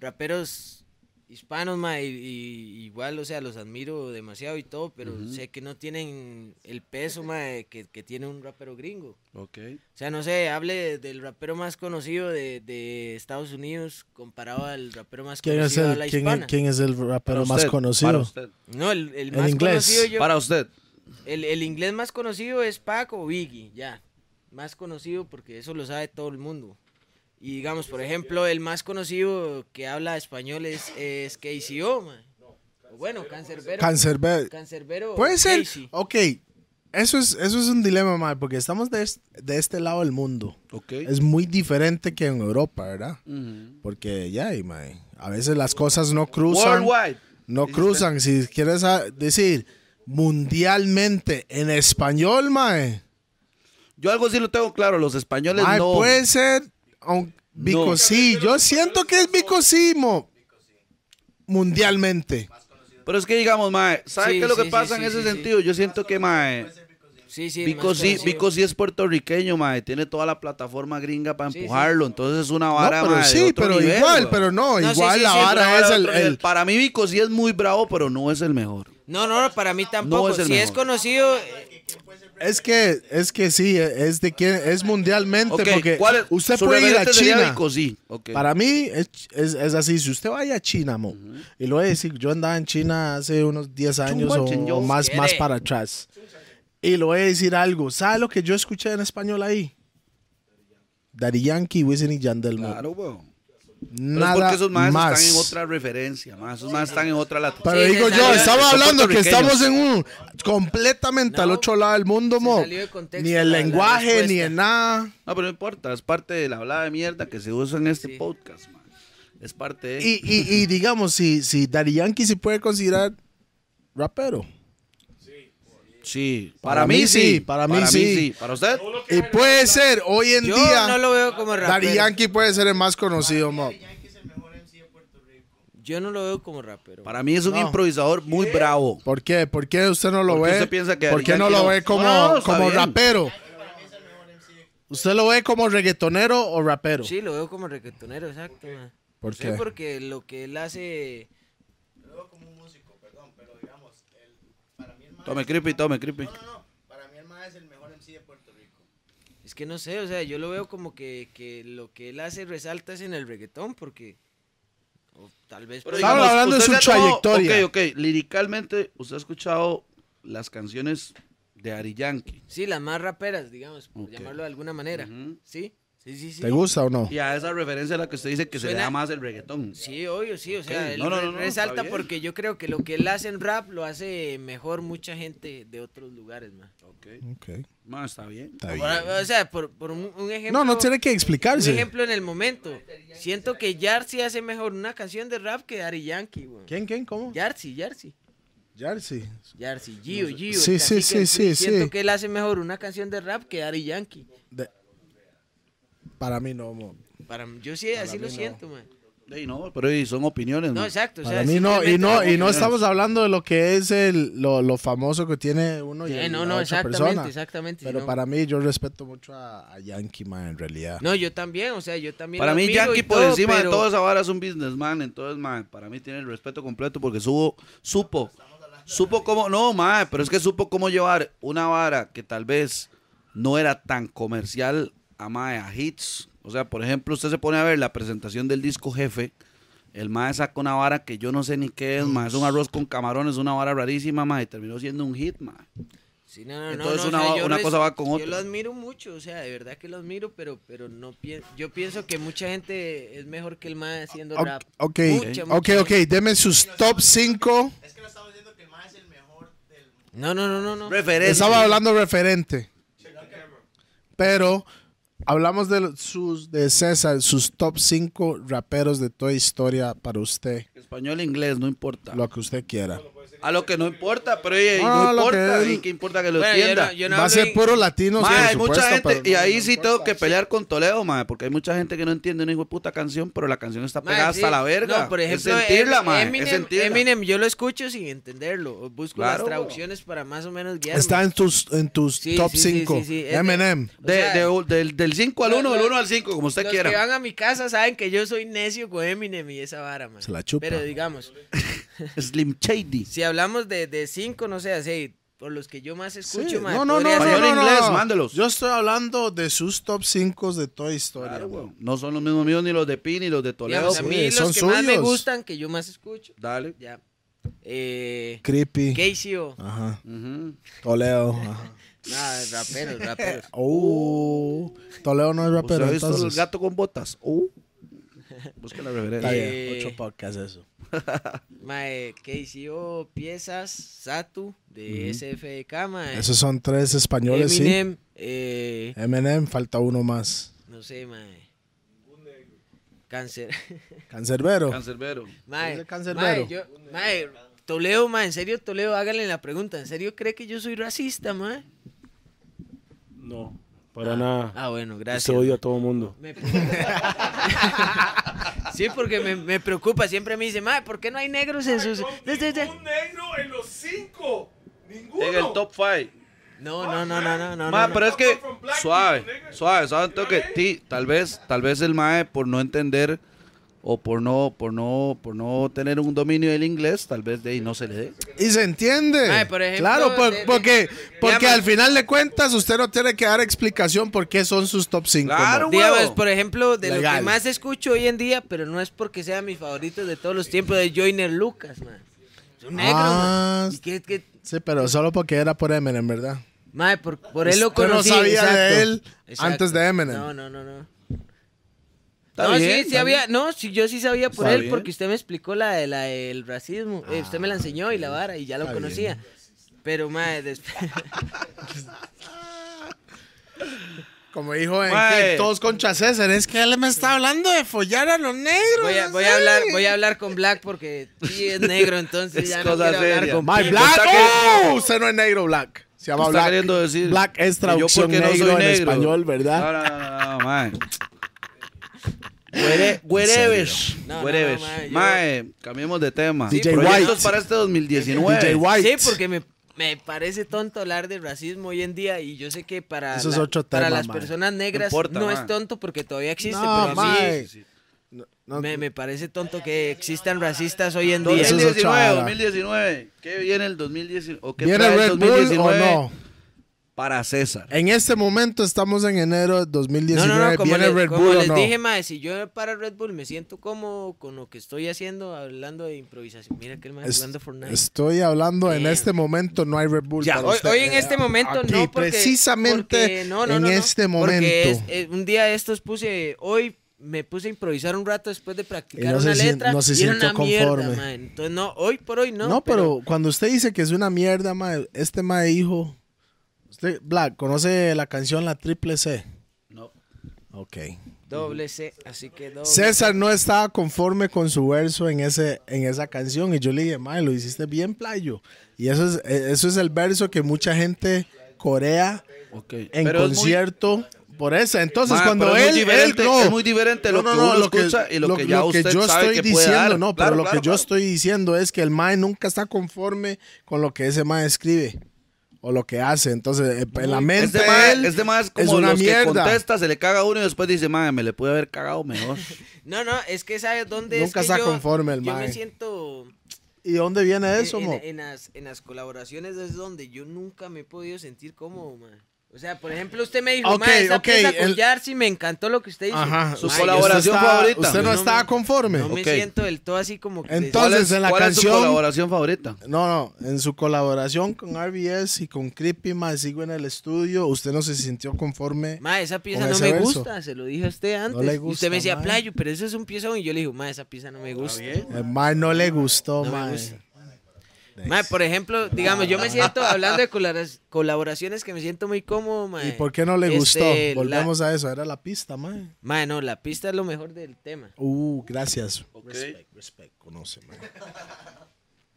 raperos hispanos, mae, y, y igual, o sea, los admiro demasiado y todo, pero sé que no tienen el peso, mae, que, que tiene un rapero gringo. O sea, no sé, hable del rapero más conocido de, de Estados Unidos comparado al rapero más ¿Quién conocido es, de la el, quién, hispana. quién es el rapero Para más usted, Para conocido? usted. No, el, el El más inglés. conocido yo... Para usted. El, el inglés más conocido es Paco o Biggie, ya. Más conocido porque eso lo sabe todo el mundo. Y digamos, por ejemplo, el más conocido que habla español es, es KCO, man. O Bueno, Cancerbero. Cancerbero. Cancerbero. Puede ser. Casey. Ok. Eso es, eso es un dilema, mae, porque estamos de, es- de este lado del mundo. Ok. Es muy diferente que en Europa, ¿verdad? Ujú. Porque ya, y, mae, a veces las cosas no cruzan. Worldwide. No cruzan. Si quieres ah, decir mundialmente en español, mae. Yo algo sí lo tengo claro, los españoles mae, pues. no. puede ser. aun- Vico sí. Yo siento que es Vico sí, mo- Mundialmente. Pero es que digamos, mae, ¿sabe Sí, qué es lo sí, que sí, pasa sí, en sí, ese sí. sentido? Yo siento que, mae, Sí, sí. el Vico más sí, conocido. Vico sí es puertorriqueño, mae, tiene toda la plataforma gringa para Sí, sí. empujarlo, entonces es una No, vara, pero mae, de sí, otro pero nivel, igual, weón. pero no, No, sí, igual sí, la sí, Una vara vara es de el, otro nivel. el- Para mí Vico sí es muy bravo, pero no es el mejor. No, no, no, para mí tampoco. es el si es mejor. conocido. eh, es que es que sí, e, es de quién es mundialmente Ok, porque ¿cuál es- usted su puede ir a referente sería China. Vico sí. ok. Para mí es, es- es así, si usted vaya a China, mo, y lo voy a decir, yo andaba en China hace unos 10 años o, Chumbo, o más, quiere. más para atrás. Y le voy a decir algo, ¿sabe lo que yo escuché en español ahí? Daddy Yankee, Wisin y Yandel, mo. Claro, weón. Pero es Nada porque esos más, más. están en otra referencia, mae, esos más están en otra latitud. Pero Sí, digo se yo, salió- estamos son hablando que puertorriqueños. estamos en un completamente al No, otro lado del mundo, mo. salió de contexto Ni el la- la lenguaje, ni respuesta. en nada. No, pero no importa, es parte de la hablada de mierda que se usa en este Sí. podcast, man. Es parte de... Y, y, y digamos, si, si Daddy Yankee se puede considerar rapero. sí, para mí sí, para mí sí. ¿Para usted? Y puede ser hoy en Yo día. no lo veo como rapero. Daddy Yankee puede ser el más conocido, mo. Yo no lo veo como rapero. Para mí es un No. improvisador muy bravo. ¿Por qué? ¿Por qué usted no lo ¿Por qué ve? usted piensa que ¿Por Daddy qué no Yankee lo no? ve como, No, no, está como bien. rapero? ¿Usted lo ve como reggaetonero o rapero? Sí, lo veo como reggaetonero, exacto. ma. ¿Por Sí, qué? porque lo que él hace. Tome creepy, tome creepy. Es que no sé, o sea, yo lo veo como que, que lo que él hace resalta es en el reggaetón, porque. O tal vez. pues, Pero por- Estamos hablando de usted su se ha tomado- trayectoria. Ok, ok. Liricalmente, usted ha escuchado las canciones de Ari Yankee. sí, las más raperas, digamos, por Ok. llamarlo de alguna manera. Ujú. Sí, sí, sí. sí. ¿Te gusta o no? Y a esa referencia a la que usted dice que se le Suena- da más el reggaetón. Sí, obvio, sí, o sea, Ok, él no, no, re- no, no, está resalta bien. porque yo creo que lo que él hace en rap lo hace mejor mucha gente de otros lugares, man. Ok. Ok, Ma, está bien. está bien. O sea, por, por un, un ejemplo. No, no tiene que Un explicarse. ejemplo en el momento. Siento que Yarsi hace mejor una canción de rap que Ari Yankee, weón. ¿Quién, quién, cómo? Yarsi, Yarsi. Jersey. Yarsi, Gio, Gio. Sí, o sea, sí, así sí, que sí, Siento sí. que él hace mejor una canción de rap que Ari Yankee. De- Para mí no, mo. Para, yo sí, así lo siento, man. Ey, no, pero ey, son opiniones. No, ma. exacto. o sea, Mm. Para mí no, y no, simplemente- y no estamos hablando de lo que es el, lo, lo famoso que tiene uno y Sí, el- no, la no, otra exactamente, persona. exactamente. Pero no. para mí, yo respeto mucho a, a Yankee, man, en realidad. No, yo también, o sea, yo también. Para lo mí, admiro Yankee, y por todo, encima pero- de todo esa vara, es un businessman. Entonces, ma, para mí tiene el respeto completo porque subo, supo, supo cómo, no, ma, pero es que supo cómo llevar una vara que tal vez no era tan comercial a, ma, a hits. O sea, por ejemplo, usted se pone a ver la presentación del disco Jefe. El mae saca una vara que yo no sé ni qué es, ma. Es un arroz con camarones, una vara rarísima, ma. Y terminó siendo un hit, ma. Sí, no, no, no, Entonces, no, una o sea, va- yo una res- cosa va con otra. Yo lo admiro mucho, o sea, de verdad que lo admiro, pero, pero no pien- yo pienso que mucha gente es mejor que el más haciendo Ok, rap. ok, Mucha, mucha ok, ok, gente. deme sus top 5. Es que no estamos diciendo que el más es el mejor del No, no, no, no, no. Estaba hablando referente. Pero hablamos de los- sus de César, sus top 5 raperos de toda historia para usted, Español e inglés, no importa. lo que usted quiera. A lo que no importa, pero ey, ey, No, no, lo que importa. es- ¿Y qué importa que lo Bueno, yo entienda? no- yo no Va a hablo ser in- puro latino, Ma, hay mucha gente, y ahí sí todo tengo que pelear con Toledo, ma, porque hay mucha gente que no entiende una hijo de puta canción, pero la canción está Ma, pegada sí. hasta la verga. No, por es ejemplo, sentirla, Em- ma, es Eminem, sentirla. Eminem, yo lo escucho sin entenderlo. Busco Claro. las traducciones para más o menos guiarme. Está en tus, en tus Sí, top sí, sí, 5. sí, sí, es de- Eminem. o De- sea, de- del, del 5 al lo- 1, del lo- 1 al 5, como usted Los quiera. que van a mi casa saben que yo soy necio con Eminem y esa vara, man. Se la chupa. Pero digamos, Slim Shady. si hablamos de, de cinco, no sé, así, por los que yo más escucho, Sí, man, No, no, no, podría no, ser- Español, no, no, inglés, no. mándelos. Yo estoy hablando de sus top 5 de toda historia. Claro, weón. No son los mismos míos ni los de Pi ni los de Toledo. pues, eh, Digamos, a mí Sí, los son que más me suyos. gustan, que yo más escucho, Dale. ya. Eh, Creepy. Casey-O. Ajá. Ujú. Toledo. Ajá. Nada, raperos, raperos. Oh, Toledo no es Uh. ¿Usted rapero, ha visto el entonces. gato con botas? Uh. Busca la Está referencia. bien, Eh, ocho podcasts eso. Mae, KCO, Piezas, Satu, de SFDK, mae. Esos son tres españoles, Eminem, eh, sí. Eminem, falta uno más. no sé, mae. Cáncer. Cancerbero. Cancerbero. Es Mae, de cancerbero. mae, yo, mae, Toledo, mae, en serio, Toledo, hágale la pregunta. ¿En serio cree que yo soy racista, mae? No, para nada. Ah, bueno, gracias. Se odia a todo mundo. Me preocupa. sí, porque me, me preocupa. Siempre me dice, mae, ¿por qué no hay negros en sus...? negro en los cinco. Ninguno. En el top 5. No, no, no, no, no, no. Ma, no. pero es que From black suave, people, nigga. suave, suave, un toque. Sí, tal vez, tal vez el mae por no entender o por no, por no, por no tener un dominio del inglés, tal vez de ahí no se le dé. Y se entiende. Mae, por ejemplo, claro, por- de- de- porque, porque Digamos- al final de cuentas usted no tiene que dar explicación por qué son sus top 5. Claro, güey. Digamos, huevo. por ejemplo, de lo Legal. que más escucho hoy en día, pero no es porque sea mis favoritos de todos los tiempos, de Joyner Lucas, man. Es un negro, Ah, man. ¿Y qué- qué- Sí, pero solo porque era por Eminem, ¿verdad? Mae, por, por él lo Usted no conocí. sabía de exacto. él Exacto. antes de Eminem. No, no, no, no. Está no, bien, sí, sí está había, no, sí, yo sí sabía por Está él bien. porque usted me explicó la de la del racismo, eh, usted me la enseñó y la vara y ya lo Ah, Está conocía. Pero mae, después Como dijo en Mae. Clip, todos contra César, es que él me está hablando de follar a los negros. voy a, voy a hablar, voy a hablar con Black porque sí es negro, entonces Es ya no cosa quiero hablar seria. con My Usted Black. está queriendo- ¡Oh! Usted no es negro, Black. Se llama Está Black. queriendo decir Black es que yo traducción porque no soy negro en negro. español, ¿verdad? No, no, no, no, no, mae. Where- Wherever. No, no, Wherever. no, mae, yo- Mae, cambiemos de tema. DJ Proyectos White. para este 2019. DJ White. Sí, porque me, me parece tonto hablar de racismo hoy en día y yo sé que para, Eso es la- otro para tema, las mae. personas negras no, importa, mae. es tonto porque todavía existe, No, pero a mí mae. No, no, me, me parece tonto que existan racistas hoy en día. Eso es otra vara. 2019, 2019. ¿Qué viene el 2019? ¿O qué ¿Viene trae el Red Bull o 2019 no? Para César. En este momento estamos en enero de 2019. no, no, no, como, ¿Viene le- Red como Bull o les no? dije, mae, si yo para Red Bull me siento cómodo con lo que estoy haciendo, hablando de improvisación. Mira que el mae Es- jugando Fortnite. estoy hablando en Damn. este momento, no hay Red Bull. Ya, para hoy, usted. hoy en este momento Aquí, no, porque, precisamente porque- no, no, en no, no, este momento. porque es- eh, un día de estos puse, hoy me puse a improvisar un rato después de practicar Y no se una sien- letra no se y era sintió una mierda, conforme. mae. Entonces no, hoy por hoy no. No, pero, cuando usted dice que es una mierda, mae, este mae dijo. Usted, Black, ¿conoce la canción La Triple C? No. Ok. doble C, así que doble. César no estaba conforme con su verso en, ese, en esa canción. Y yo le dije, mae, lo hiciste bien playo. Y eso es, eh, eso es el verso que mucha gente corea Ok. en Pero es muy- concierto Por eso, entonces Ma, cuando pero es él, muy él diferente, no. es muy diferente lo que uno escucha y lo que ya usted yo sabe estoy que puede diciendo, dar. no, pero Claro, lo claro, que yo claro. estoy diciendo es que el mae nunca está conforme con lo que ese mae escribe o lo que hace. Entonces, eh, en la mente Este mae él este mae es como es una los que mierda. contesta, se le caga uno y después dice, madre, me le pude haber cagado mejor. No, no, es que ¿sabes dónde es Nunca que está yo- conforme el Yo mae. me siento... ¿Y dónde viene en- eso, en, mo? en las, en las colaboraciones es donde yo nunca me he podido sentir cómodo, man. O sea, por ejemplo, usted me dijo, Ok, ma, esa ok, pieza con el- Yarsi me encantó lo que usted hizo. Ajá, Su usted colaboración está- favorita. Usted no Yo eh, no estaba me- conforme. No ok. me siento del todo así como que... Entonces, ¿Cuál es- en la cuál es su canción- colaboración favorita? No, no, en su colaboración con RBS y con Creepy, mae, sigo en el estudio, usted no se sintió conforme. Ma, esa pieza Con no ese me verso. gusta, se lo dije a usted antes. le Y gusta, usted me decía, ma. Playo, pero eso es un piezón. Y yo le digo, ma, esa pieza no me gusta. El mae no le gustó, No me mae. gusta. Ma, por ejemplo, digamos, yo me siento, hablando de colaboras- colaboraciones, que me siento muy cómodo, ma. ¿Y por qué no le Este, gustó? la- Volvemos a eso, era la pista, mae. Ma, no, la pista es lo mejor del tema. Uh, gracias. Respect, respect, conoce, mae.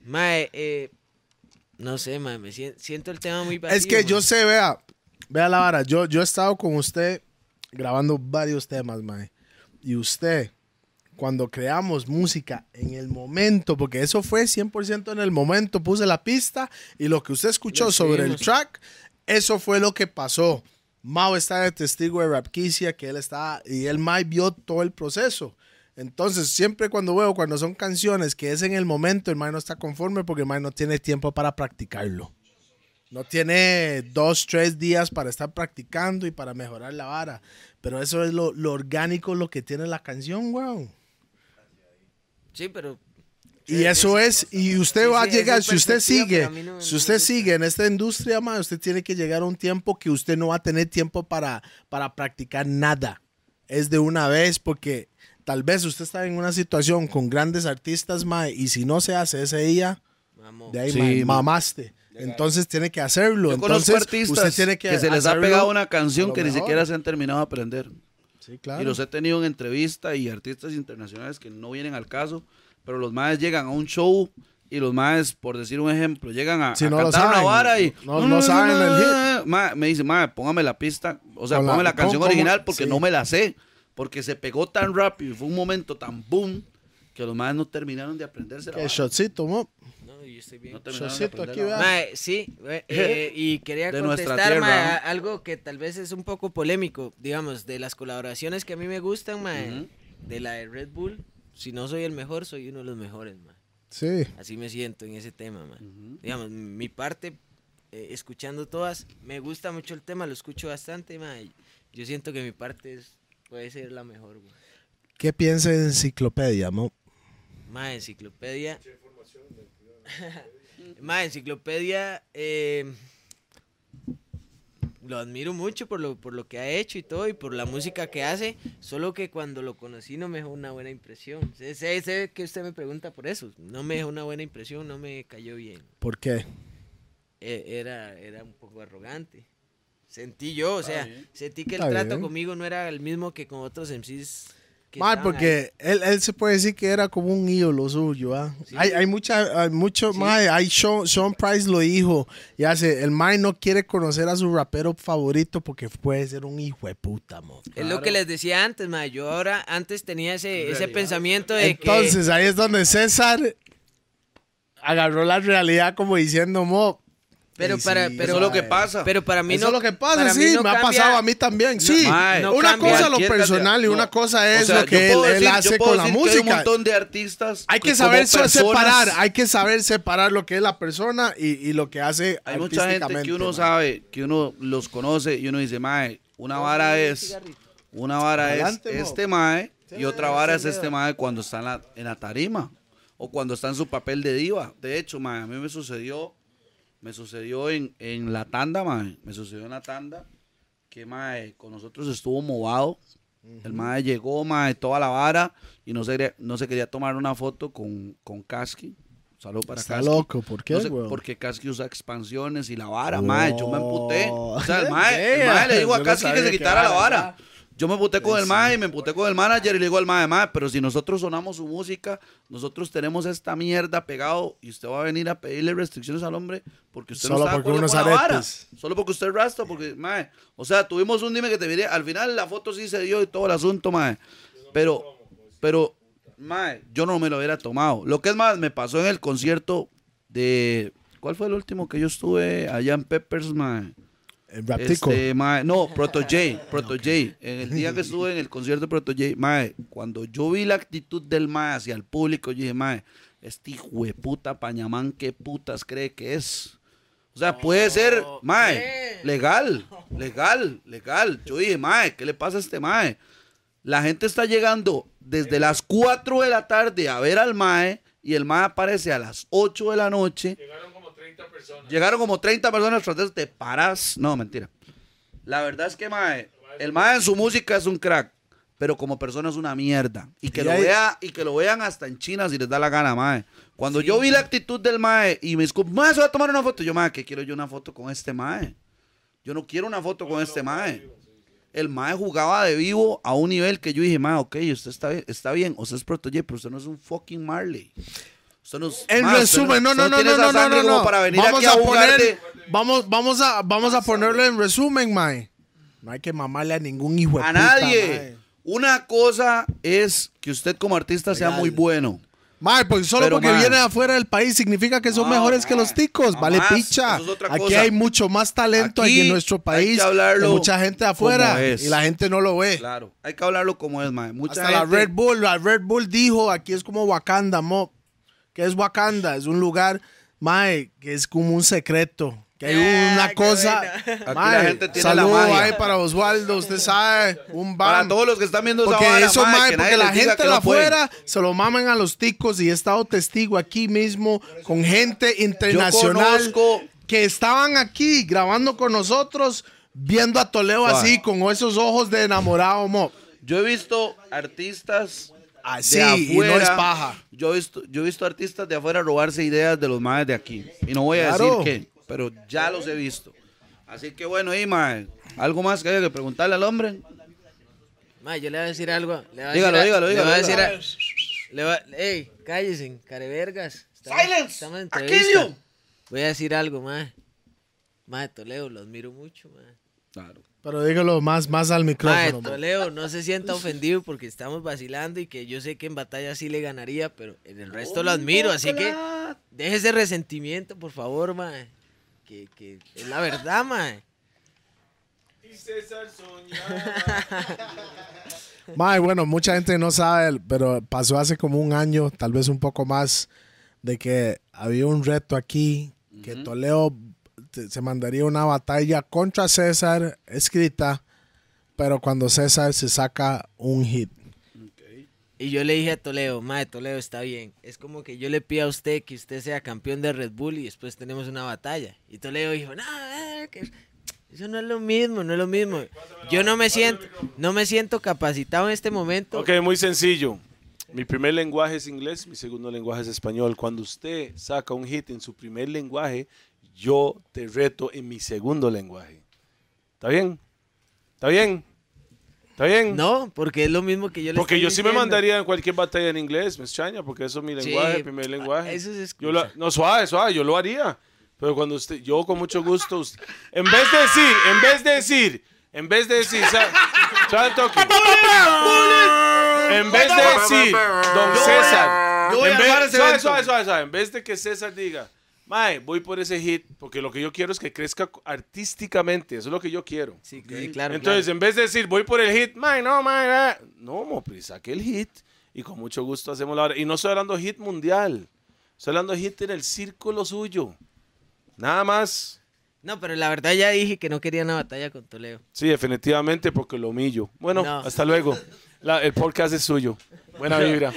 Ma, eh, no sé, ma, me sien- siento el tema muy vacío. Es que yo ma. sé, vea, vea la vara, yo, yo he estado con usted grabando varios temas, mae. Y usted, cuando creamos música en el momento, porque eso fue 100% en el momento, puse la pista y lo que usted escuchó Lo sobre el escribimos. track, eso fue lo que pasó. Mao está de testigo de Rapkicia, que él está, y él Mae vio todo el proceso. Entonces, siempre cuando veo, cuando son canciones que es en el momento, el Mae no está conforme porque el Mae no tiene tiempo para practicarlo. No tiene dos, tres días para estar practicando y para mejorar la vara. Pero eso es lo, lo orgánico, lo que tiene la canción, weón. Sí, pero Y eso es, y usted Sí, va a sí, esa llegar, es si usted perspectiva, sigue, pero a mí no- si no usted me gusta. sigue en esta industria, ma, usted tiene que llegar a un tiempo que usted no va a tener tiempo para, para practicar nada. Es de una vez, porque tal vez usted está en una situación con grandes artistas, ma, y si no se hace ese día, vamos. de ahí, Sí, ma, ma. mamaste. Entonces tiene que hacerlo. Yo conozco Entonces, artistas usted tiene que, que, se les ha hacerlo pegado una a canción lo que ni mejor. siquiera se han terminado de aprender. Sí, claro. Y los he tenido en entrevista y artistas internacionales que no vienen al caso, pero los maes llegan a un show y los maes, por decir un ejemplo, llegan a, Si a no lo cantar una saben, vara y no- no saben el hit. Ma- me dice, "Mae, póngame la pista, o sea, Con la- póngame la ¿cómo- canción cómo? original porque Sí. no me la sé, porque se pegó tan rápido y fue un momento tan boom que los maes no terminaron de aprenderse la Que vara. shotcito, mo. No, yo estoy bien. No terminaron de Shotcito aprender aquí, la vara. vea. Ma, sí, eh, eh, y quería De nuestra contestar ma, tierra. a- algo que tal vez es un poco polémico, digamos, de las colaboraciones que a mí me gustan, ma, Ujú. de la de Red Bull, si no soy el mejor, soy uno de los mejores, ma. Sí. Así me siento en ese tema, ma. Digamos, mi parte, eh, escuchando todas, me gusta mucho el tema, lo escucho bastante, ma. y Yo siento que mi parte es- puede ser la mejor, ma. ¿Qué piensa en enciclopedia, mo? Ma, enciclopedia. Ma, enciclopedia. eh, lo admiro mucho por lo, por lo que ha hecho y todo, y por la música que hace. Solo que cuando lo conocí no me dejó una buena impresión. Sé, sé- sé que usted me pregunta por eso. No me dejó una buena impresión, no me cayó bien. ¿Por qué? E- Era, era un poco arrogante. Sentí yo, o sea, sentí que el Está trato bien. conmigo no era el mismo que con otros MCs. que Mae, estaban ahí. porque él, él se puede decir que era como un ídolo suyo, ¿ah? Hay, hay mucha, hay mucho, mae, hay Sean, Sean Price lo dijo, y hace, el mae no quiere conocer a su rapero favorito porque puede ser un hijo de puta, mo. Es lo que les decía antes, ma. Yo ahora antes tenía ese, ese pensamiento de Entonces, ahí es donde César agarró la realidad como diciendo, mo. Pero y para- pero- Eso es lo que pasa. que. Pero para mí eso no. es lo que pasa, para sí, mí me no ha cambia- pasó a mí también, sí. mae, no una cambia cosa es lo cualquier cantidad. personal y No. una cosa O es sea, lo yo que él, puedo él decir- yo hace puedo con la decir que Hay un música. montón de artistas. Hay que como saber so- personas- separar, hay que saber separar lo que es la persona y, y lo que hace Hay mucha gente que uno artísticamente, mae. sabe, que uno los conoce y uno dice, mae, una vara es, una vara Adelante, mo. es este mae y otra vara es este mae cuando está en la, en la tarima o cuando está en su papel de diva. De hecho, mae, a mí me sucedió, me sucedió en, en la tanda, mae, me sucedió en la tanda que mae, con nosotros estuvo movado. El mae llegó, mae, toda la vara y no se quería, no se quería tomar una foto con, con Kaski. Salud para Está Kaski. loco, ¿por qué, No sé, weón? porque Kaski usa expansiones y la vara, mae. Yo me emputé. O sea, el Oh. mae, el mae le digo a Yo no Kaski que sabía se qué quitara la vara, vara. Yo me emputé con el mae, me emputé con el manager y le digo al mae, mae, pero si nosotros sonamos su música, nosotros tenemos esta mierda pegado y usted va a venir a pedirle restricciones al hombre porque usted Solo no está de porque acuerdo unos con la aretes. Solo porque usted es rasta, porque, mae, o sea, tuvimos un dime que te diré, al final la foto sí se dio y todo el asunto, mae, pero, pero, mae, yo no me lo hubiera tomado. Lo que es más, me pasó en el concierto de, ¿cuál fue el último que yo estuve allá en Peppers, mae? El raptico. Este, mae, no, Proto J, Proto J. En el día que estuve en el concierto de Proto J, mae, cuando yo vi la actitud del mae hacia el público, yo dije, mae, este hijo de puta pañamán, ¿qué putas cree que es? O sea, puede ser, mae, legal, legal, legal. Yo dije, mae, ¿qué le pasa a este mae? La gente está llegando desde las 4 de la tarde a ver al mae y el mae aparece a las 8 de la noche. Llegaron como 30 personas. Llegaron como 30 personas tras de eso, te paras. No, mentira. La verdad es que mae, el mae en su música es un crack, pero como persona es una mierda. Y que Y lo ahí- vea y que lo vean hasta en China si les da la gana, mae. Cuando yo vi la actitud del mae y me dijo, "Mae, se va a tomar una foto." Yo, "Mae, ¿qué quiero yo una foto con este mae?" Yo no quiero una foto con este mae. El mae jugaba de vivo a un nivel que yo dije, mae, ok, usted está bien, está bien, usted es Proto J, pero usted no es un fucking Marley. Usted no es- En mae, usted resumen, no, usted no, no, tiene no, esa no, no, sangre no, como no. para venir vamos aquí a, a jugar de- poner, vamos, vamos a, vamos a ponerlo en resumen, mae. No hay que mamarle a ningún hijo de a puta, nadie. mae. Una cosa es que usted como artista sea muy bueno. Mae, porque solo Pero, porque mae. vienen afuera del país significa que son No, mejores que mae. los ticos. Jamás. Vale, picha. Eso es otra Aquí cosa. hay mucho más talento aquí, Aquí en nuestro hay país. que hablarlo que mucha gente como afuera. es. Y la gente no lo ve. Claro, hay que hablarlo como es, mae. Mucha Hasta la gente- Red Bull, la Red Bull dijo, aquí es como Wakanda, mo. ¿Qué es Wakanda? Es un lugar, mae, que es como un secreto. Que hay Ah, una qué cosa. buena. la mae, gente tiene la saludo magia. ahí para Oswaldo, usted sabe, un Para bam. todos los que están viendo esa Porque vara, eso, mae, mae, que nadie porque la les diga gente que de no afuera se lo maman a los ticos y he estado testigo aquí mismo con gente internacional conozco- que estaban aquí grabando con nosotros, viendo a Toledo Suave. así, con esos ojos de enamorado, mo. pueden. Yo he visto artistas Así, de Ah, y no afuera. es paja. Yo he, visto, yo he visto artistas de afuera robarse ideas de los madres de aquí. Y no voy a Claro. decir qué, pero ya los he visto. Así que bueno, y mae, ¿algo más que haya que preguntarle al hombre? Ma, yo le voy a decir algo. Le voy a Dígalo, decir a- dígalo, Le voy a dígalo, decir a- dígalo. le voy a- ey, cállense, carevergas. Estamos- Silence, estamos en Aquilio. entrevista. Voy a decir algo, ma. Ma, Toledo, los miro mucho, ma. Claro. Pero dígalo más, más al micrófono. Maestro mo. Toledo, no se sienta ofendido porque estamos vacilando y que yo sé que en batalla sí le ganaría, pero en el resto lo admiro, así que deje ese resentimiento, por favor, mae. Que, que es la verdad, mae. Y César soñaba. Mae, bueno, mucha gente no sabe, pero pasó hace como un año, tal vez un poco más, de que había un reto aquí, que Toledo te- se mandaría una batalla contra César escrita, pero cuando César se saca un hit. Y yo le dije a Toledo, mae, Toledo está bien. Es como que yo le pido a usted que usted sea campeón de Red Bull y después tenemos una batalla. Y Toledo dijo, no, eh, que eso no es lo mismo, no es lo mismo. Yo no me siento, no me siento capacitado en este momento. Ok, muy sencillo. Mi primer lenguaje es inglés, mi segundo lenguaje es español. Cuando usted saca un hit en su primer lenguaje, yo te reto en mi segundo lenguaje. ¿Está bien? ¿Está bien? ¿Está bien? No, porque es lo mismo que yo le Porque estoy yo sí me diciendo. mandaría en cualquier batalla en inglés, me extraña, porque eso es mi Sí, lenguaje, primer lenguaje. eso es excusa. yo lo- No, suave, suave, yo lo haría. Pero cuando usted, yo con mucho gusto, usted- en vez de decir, en vez de decir, en vez de decir, sa- suave el toque. En vez de decir, don César, yo voy a en vez- armar ese suave, evento. suave, suave, suave, en vez de que César diga, Mae, voy por ese hit, porque lo que yo quiero es que crezca artísticamente, eso es lo que yo quiero. Sí, sí, claro. Entonces, claro. en vez de decir, voy por el hit, mae, no, mae, ah", no, mo, pues, saque el hit y con mucho gusto hacemos la hora. Y no estoy hablando hit mundial, estoy hablando hit en el círculo suyo. Nada más. No, pero la verdad ya dije que no quería una batalla con Toledo. Sí, definitivamente, porque lo humillo. Bueno, No. hasta luego. La- el podcast es suyo. Buena vibra.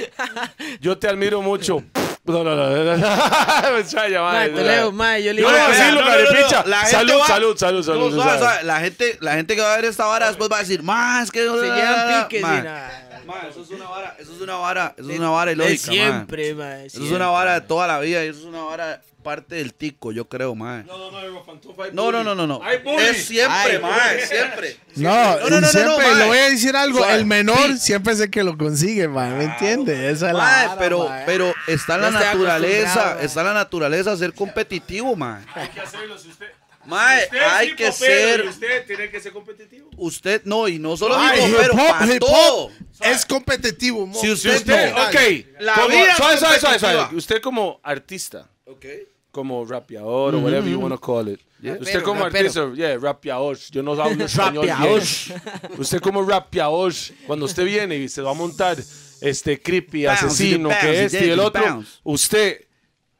Yo te admiro mucho. No, no, no. no, no. Me está Mae, llamando. Toledo, mae, yo le Yo digo- le vacilo, No, no, no, no. carepicha. La gente Salud, va- salud, salud, No, suave, salud. suave. Ah, suave. La gente, la gente que va a ver esta vara después va a decir, más que Se llevan piques y Ma, nada. Ma, eso es una vara, eso es una vara, eso es una vara De ilógica, ma. siempre, mae. Eso es una vara de toda la vida, y eso es una vara parte del tico, yo creo, mae. No, no, no, Pantofa, hay No, no, bullying. no, no, no. Hay bullying. Es siempre, Ay, mae, siempre. No, No, no, no, no, siempre, no, mae. le voy a decir algo, Suave. el menor siempre es el que lo consigue, man, ¿me entiende? Esa es la Mae, vara, pero, mae. pero está en la Ya estoy acostumbrado, naturaleza, mae. está en la naturaleza ser competitivo, mae. Hay que hacerlo si usted. Mae, usted es hay que hipopero ser, y usted tiene que ser competitivo. usted, no, y no solo Ay, digo, hip pero hop, para hip hop todo. es competitivo, mo. Si Si usted, usted, no- ok. La como- vida suave, suave, suave, suave. competitiva. Usted como artista, Ok. como rapeador o whatever you want to call it. Usted Rapero, como rapero. artista, yeah, rapeador. Yo no hablo español Rapeador. bien. Usted como rapeador, cuando usted viene y se va a montar este creepy Bounce, asesino bounce, que este y el bounce. otro, usted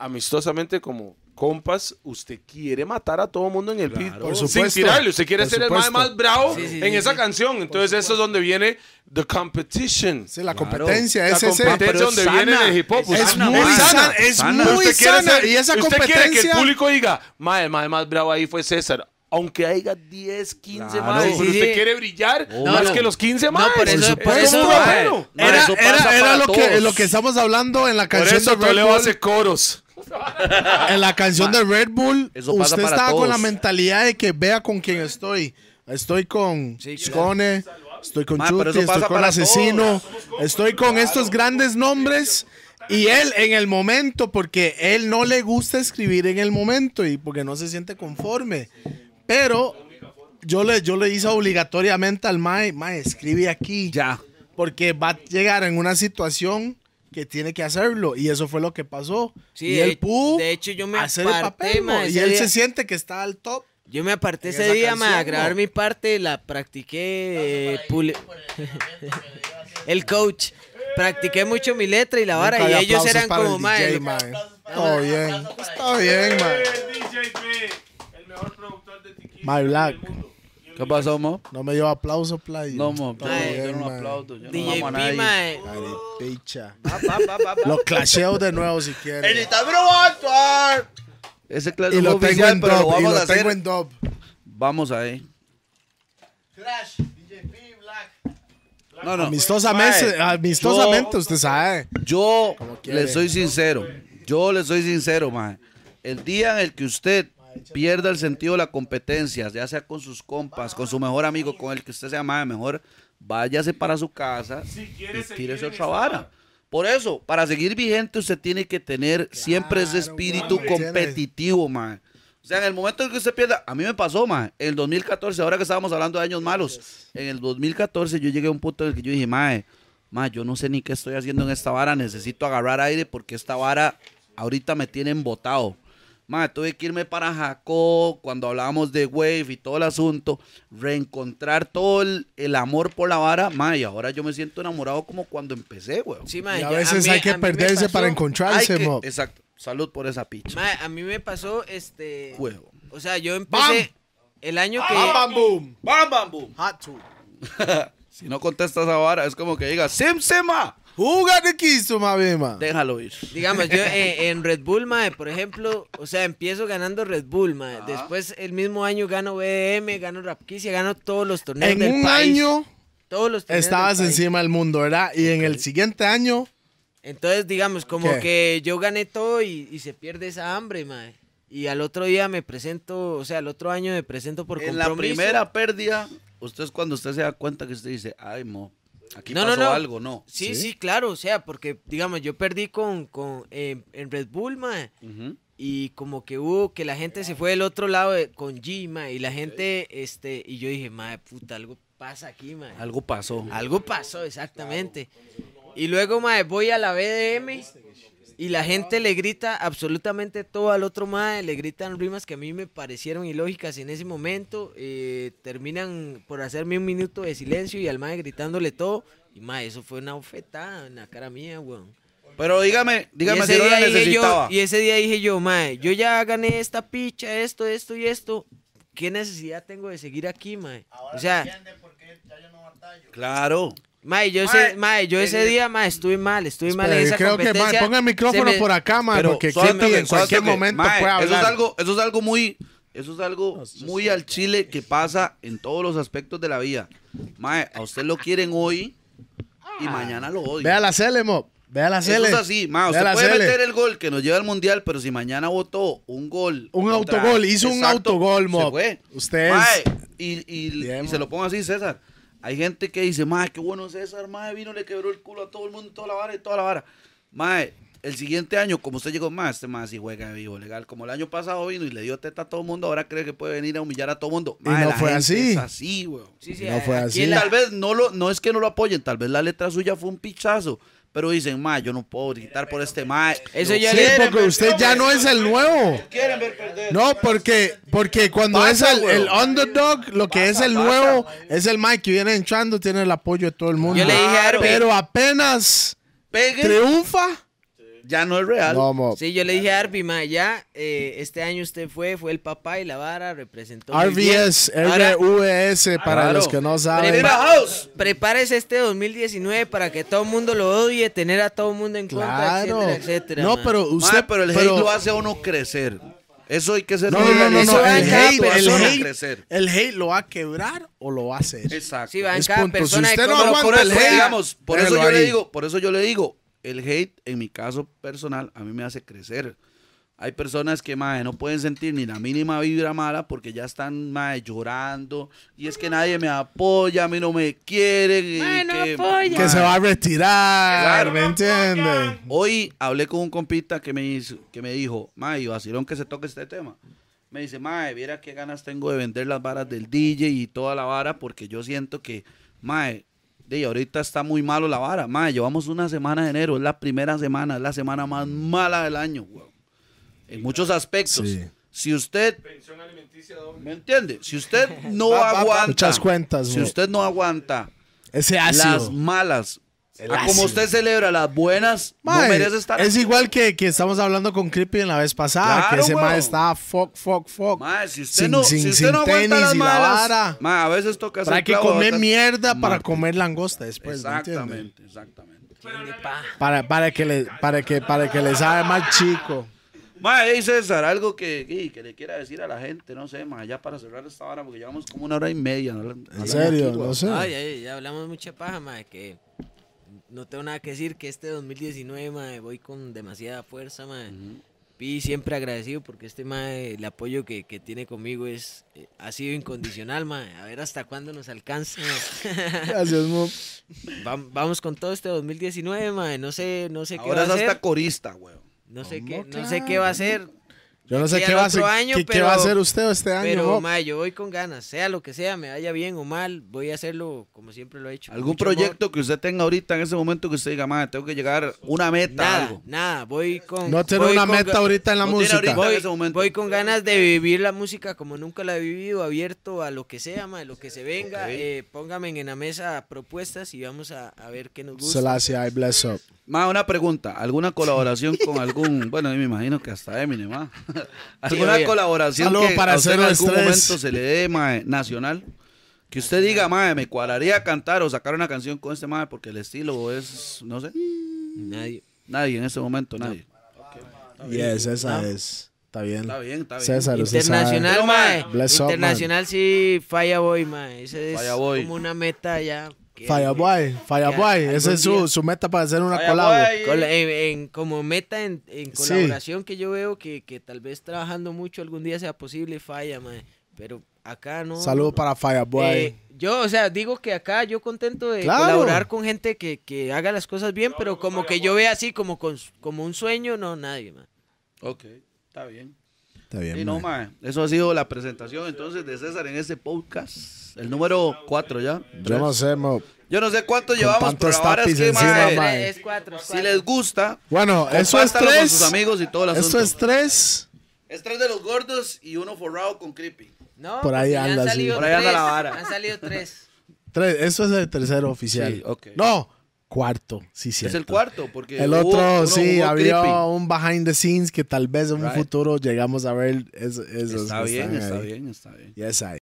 amistosamente como compas, usted quiere matar a todo mundo en el beat Por sin supuesto. tirarle, usted quiere Por ser el más, supuesto. más bravo Sí, sí, en sí, esa sí. canción. Entonces eso es donde viene the competition. Sí, la Claro. competencia, La es ese. competencia pero es donde sana. viene el hip hop. Es Usted- Es sana, muy mae. sana, es Sana. Pero muy usted quiere sana. ser- y esa usted competencia. quiere que el público diga, mae, el mae más bravo ahí fue César. Aunque haya 10, 15 Claro. más, pero Sí, usted sí. quiere brillar No, más no. que los 15 No, más. por eso- por eso- Mae, era eso era- pasa era para lo, que, todos. lo que estamos hablando en la Por canción eso de Red Toledo Bull. hace coros. En la canción de Red Bull, Eso pasa usted para estaba todos. con la mentalidad de que vea con quién estoy. Estoy con Scone, estoy con Ma, pero Chuti, eso pasa estoy con para Asesino, estoy con estos grandes nombres. Y él en el momento, porque él no le gusta escribir en el momento y porque no se siente conforme. Pero yo le, yo le hice obligatoriamente al Mae, Mae, escribe aquí. Ya. Porque va a llegar en una situación que tiene que hacerlo. Y eso fue lo que pasó. Sí, y de- él pudo de hecho, yo me hacer aparté, el papel. ma, ¿no? Y ese él día. se siente que está al top. Yo me aparté En ese esa día, mae, a canción, grabar ¿no? mi parte, la practiqué. eh, puli- el coach. Practiqué mucho mi letra y la vara, Nunca y hay ellos aplausos eran para como, el mae. DJ, lo- ma. Todo bien. Está bien, man. el mejor productor de My Black. ¿Qué pasó, mo? No me dio aplauso, play. No, mo, Todo Mae, bien, yo no man. aplaudo, yo no DJ amo a P, nadie. mae. Maripicha. Lo clasheo de nuevo si quieres. Ese clase Y lo tengo oficial, en pero lo dub. Y vamos a lo hacer. tengo en dub. Vamos eh. ahí. No, no. Amistosamente, Mae, amistosamente, usted sabe. Yo quiere. le soy sincero. Yo le soy sincero, mae. El día en el que usted pierda el sentido de la competencia, ya sea con sus compas, con su mejor amigo, con el que usted sea mae, mejor váyase para su casa y tírese otra vara. Por eso, para seguir vigente, usted tiene que tener siempre ese espíritu mae. competitivo, mae. O sea, en el momento en que usted pierda, a mí me pasó, mae, en el 2014, ahora que estábamos hablando de años malos, en el 2014 yo llegué a un punto en el que yo dije, mae, mae, yo no sé ni qué estoy haciendo en esta vara, necesito agarrar aire porque esta vara ahorita me tiene embotado. Mae, tuve que irme para Jacó cuando hablábamos de Wave y todo el asunto, reencontrar todo el, el amor por la vara, mae, y ahora yo me siento enamorado como cuando empecé, weón. Sí, mae, Y a yo- veces mí- hay a que mí me perderse para pasó- Ay, encontrarse, que- mo. exacto, salud por esa picha. Mae, a mí me pasó este. Huevo. O sea, yo empecé el año que. boom. ¡Bam, bam, boom! Hot two. Si no contestas ahora, es como que digas, ¡Sim, Ah. Sima! Juga de quiso, mami, ma. Déjalo ir. Digamos, yo eh, en Red Bull, mae, por ejemplo, o sea, empiezo ganando Red Bull, mae. Después, el mismo año gano BDM, gano Rapquicia, gano todos los torneos En del un país. año Todos los torneos estabas del país. encima del mundo, ¿verdad? Y en el siguiente año, Entonces, digamos, como ¿Qué? que yo gané todo y, y se pierde esa hambre, mae. Y al otro día me presento, o sea, al otro año me presento por En la compromiso. primera pérdida, usted es cuando usted se da cuenta que usted dice, ay, mo, aquí No, no, pasó no. algo, ¿no? Sí, sí, claro, o sea, porque, digamos, yo perdí con, con eh, en Red Bull, mae. Ujú. y como que hubo que la gente se fue del otro lado de- con G, mae, y la gente, este, y yo dije, madre puta, algo pasa aquí, mae. Algo, Algo pasó. pasó, exactamente. Y luego, mae, voy a la BDM y la gente le grita absolutamente todo al otro mae, le gritan rimas que a mí me parecieron ilógicas en ese momento, eh, terminan por hacerme un minuto de silencio y al mae gritándole todo, y mae, eso fue una bofetada en la cara mía, weón. Pero dígame, Y dígame ese si no día la dije yo- necesitaba. y ese día dije yo, mae, yo ya gané esta picha, esto, esto y esto. ¿Qué necesidad tengo de seguir aquí, mae? o sea, Claro. mae, yo, Mae, eh, ese, mae, yo ese día, mae, estuve mal, estuve mal en espere, yo esa eh, creo que, competencia. ma, ponga el Se micrófono me- por acá, ma, Pero porque suélteme, Kitty en cualquier suélteme. momento Mae, puede hablar. Eso es algo, eso es algo muy, eso es algo muy al chile que pasa en todos los aspectos de la vida. Mae, a usted lo quieren hoy, y Ah. mañana lo odia. Ve a la Cele, mo. Ve a la Eso Cele. es así, ma. Ve a Usted la puede Cele. meter el gol que nos lleva al mundial, pero si mañana votó un gol. Un autogol, hizo un autogol, se mo. fue. Usted es- Mae, y, y- Bien, y mo. se lo pongo así, César. Hay gente que dice, mae, qué bueno César, mae, vino, le quebró el culo a todo el mundo, toda la vara y toda la vara. Mae, el siguiente año, como usted llegó, más este mae sí juega vivo, legal. Como el año pasado vino y le dio teta a todo el mundo, ahora cree que puede venir a humillar a todo el mundo. Y Mae, no la fue gente así. Es así, weón. Sí, No a- fue aquí así. en Y la- tal vez no lo, no es que no lo apoyen, tal vez la letra suya fue un pichazo, pero dicen, ma, yo no puedo gritar por este ma. Eso Lo ya Sí, le- porque usted ya no es el nuevo. quieren ver perder. No, porque, porque cuando es el, el underdog, lo que es el nuevo, es el Mike que viene entrando, tiene el apoyo de todo el mundo. Yo le dije a Arby. Pero apenas Pegue, triunfa. ya no es real. No, mo. Sí, yo le dije a Arby, ma, ya eh, este año usted fue, fue el papá y la vara, representó. muy bien. RVS, Ahora, Ah, RVS, para Claro. los que no saben. Primera- House. prepárese este 2019 para que todo el mundo lo odie, tener a todo el mundo en contra, Claro. etcétera, etcétera. No, ma. pero usted. Ma, pero el hate lo hace a uno crecer. Eso hay que ser No, no, no, no, Eso no, va El, en cada hate, el, persona hate, el hate lo va a quebrar o lo va a hacer. Exacto. Sí, va en Es cada punto. Si persona de usted no cómo lo aguanta por el eso, hate, juega. digamos, por eso déjelo yo le ahí. digo, por eso yo le digo, el hate en mi caso personal a mí me hace crecer. Hay personas que mae, no pueden sentir ni la mínima vibra mala porque ya están mae, llorando y es que nadie me apoya, a mí no me quieren. y Mae, no que, apoya. Que mae, se va a retirar. Claro. ¿Me entiende? Hoy hablé con un compita que me, hizo- que me dijo, Mae, y vacilón que se toque este tema. Me dice, Mae, viera qué ganas tengo de vender las varas del DJ y toda la vara, porque yo siento que, Mae, de ahorita está muy malo la vara. Mae, llevamos una semana de enero, es la primera semana, es la semana más mala del año, weón. En muchos aspectos. Sí. Si usted. ¿Me entiende? Si usted no Va, va, va. aguanta. Muchas cuentas, Si weón. usted no aguanta Ese las ácido. malas. El a como ácido. usted celebra las buenas, Mae, no merece estar es igual que, que estamos hablando con Creepy en la vez pasada, que Claro, ese weón. mae está fuck, fuck, fuck. Mae, si usted Sin- no, sin- si usted sin no aguanta tenis las y la malas, vara. mae, a veces toca Pero hay hacer que clavo de comer otras- mierda para Mae, comer langosta después, ¿me entiende? exactamente, exactamente. Para, para que le, para que, para que le sabe mal chico. Mae, hey, César, algo que, que- que le quiera decir a la gente, no sé, mae, ya para cerrar esta hora porque llevamos como una hora y media. ¿no? En Hablando serio, aquí, weón. no sé. Ay, ay, ya hablamos mucha paja, ma, que no tengo nada que decir, que este 2019, ma, voy con demasiada fuerza, ma. Y siempre agradecido porque este ma, el apoyo que, que tiene conmigo es eh, ha sido incondicional, ma. A ver hasta cuándo nos alcanza. ma. Gracias, mo. Vam- vamos con todo este 2019, ma. No sé, no sé qué Ahora va es a hacer. hasta corista, weón. No sé qué, ¿Cómo? no sé qué va a hacer. Yo no sé Sí, qué al va, a otro hacer, año, qué- qué pero- va a hacer usted este año, Pero, mo. ma, yo voy con ganas, sea lo que sea, me vaya bien o mal, voy a hacerlo como siempre lo he hecho. con ¿Algún mucho amor. proyecto que usted tenga ahorita en ese momento que usted diga, mae, tengo que llegar una meta, Nada, algo? nada, voy con. No tiene voy una con meta ga- ahorita en la No tiene música. ahorita. Voy, en ese momento. voy con ganas de vivir la música como nunca la he vivido, abierto a lo que sea, ma, lo que se venga. eh, póngame en la mesa propuestas y vamos a, a ver qué nos gusta. Selassie, I bless up. Más una pregunta, ¿alguna colaboración con algún, bueno, yo me imagino que hasta Eminem, ma? ¿Alguna obvio. colaboración Saludo que para a usted en algún 0-3. momento se le dé, mae, nacional? Que usted diga, mae, me cuadraría cantar o sacar una canción con este mae porque el estilo es, no sé, Nadie. nadie en ese momento, nadie. Yes, esa es. Está bien. Está bien, está bien. César, usted sabe. Internacional, mae. Bless up, Internacional sí, Fireboy, mae. Ese es Fireboy. como una meta ya. que- Fireboy, Fireboy, algún esa es su, día. su meta para hacer una Fireboy. colabo. Col- en- en- como meta en, en Sí. colaboración que yo veo que, que tal vez trabajando mucho algún día sea posible, falla, mae. Pero acá no. Saludos no, para Fireboy. Eh, yo, o sea, digo que acá yo contento de Claro. colaborar con gente que, que haga las cosas bien, pero como que yo vea así como con, como un sueño, no, nadie, man. Ok, está bien. Está bien. Sí, no, man. mae, eso ha sido la presentación entonces de César en este podcast, el número 4 ya. Yo no sé, mo. Yo no sé cuánto llevamos, pero tantos ahora es tapis que, encima, mae, mae. Tres, cuatro, si cuatro. les gusta, Bueno, eso es Compártalo con sus tres. amigos y todo el asunto. Eso es tres. Es tres de los gordos y uno forrado con creepy. No, Por ahí porque ya han anda, sí. salido Por ahí anda la tres, vara. Han salido tres. Tres. Eso es el tercero oficial. Sí, ok. No, cuarto. Sí, Es cierto. el cuarto, porque El hubo- otro, uno sí, jugó había creepy. un behind the scenes que tal vez en un Right. futuro llegamos a ver. Es, esos Está que bien, están está ahí. bien, está bien. Yes, I.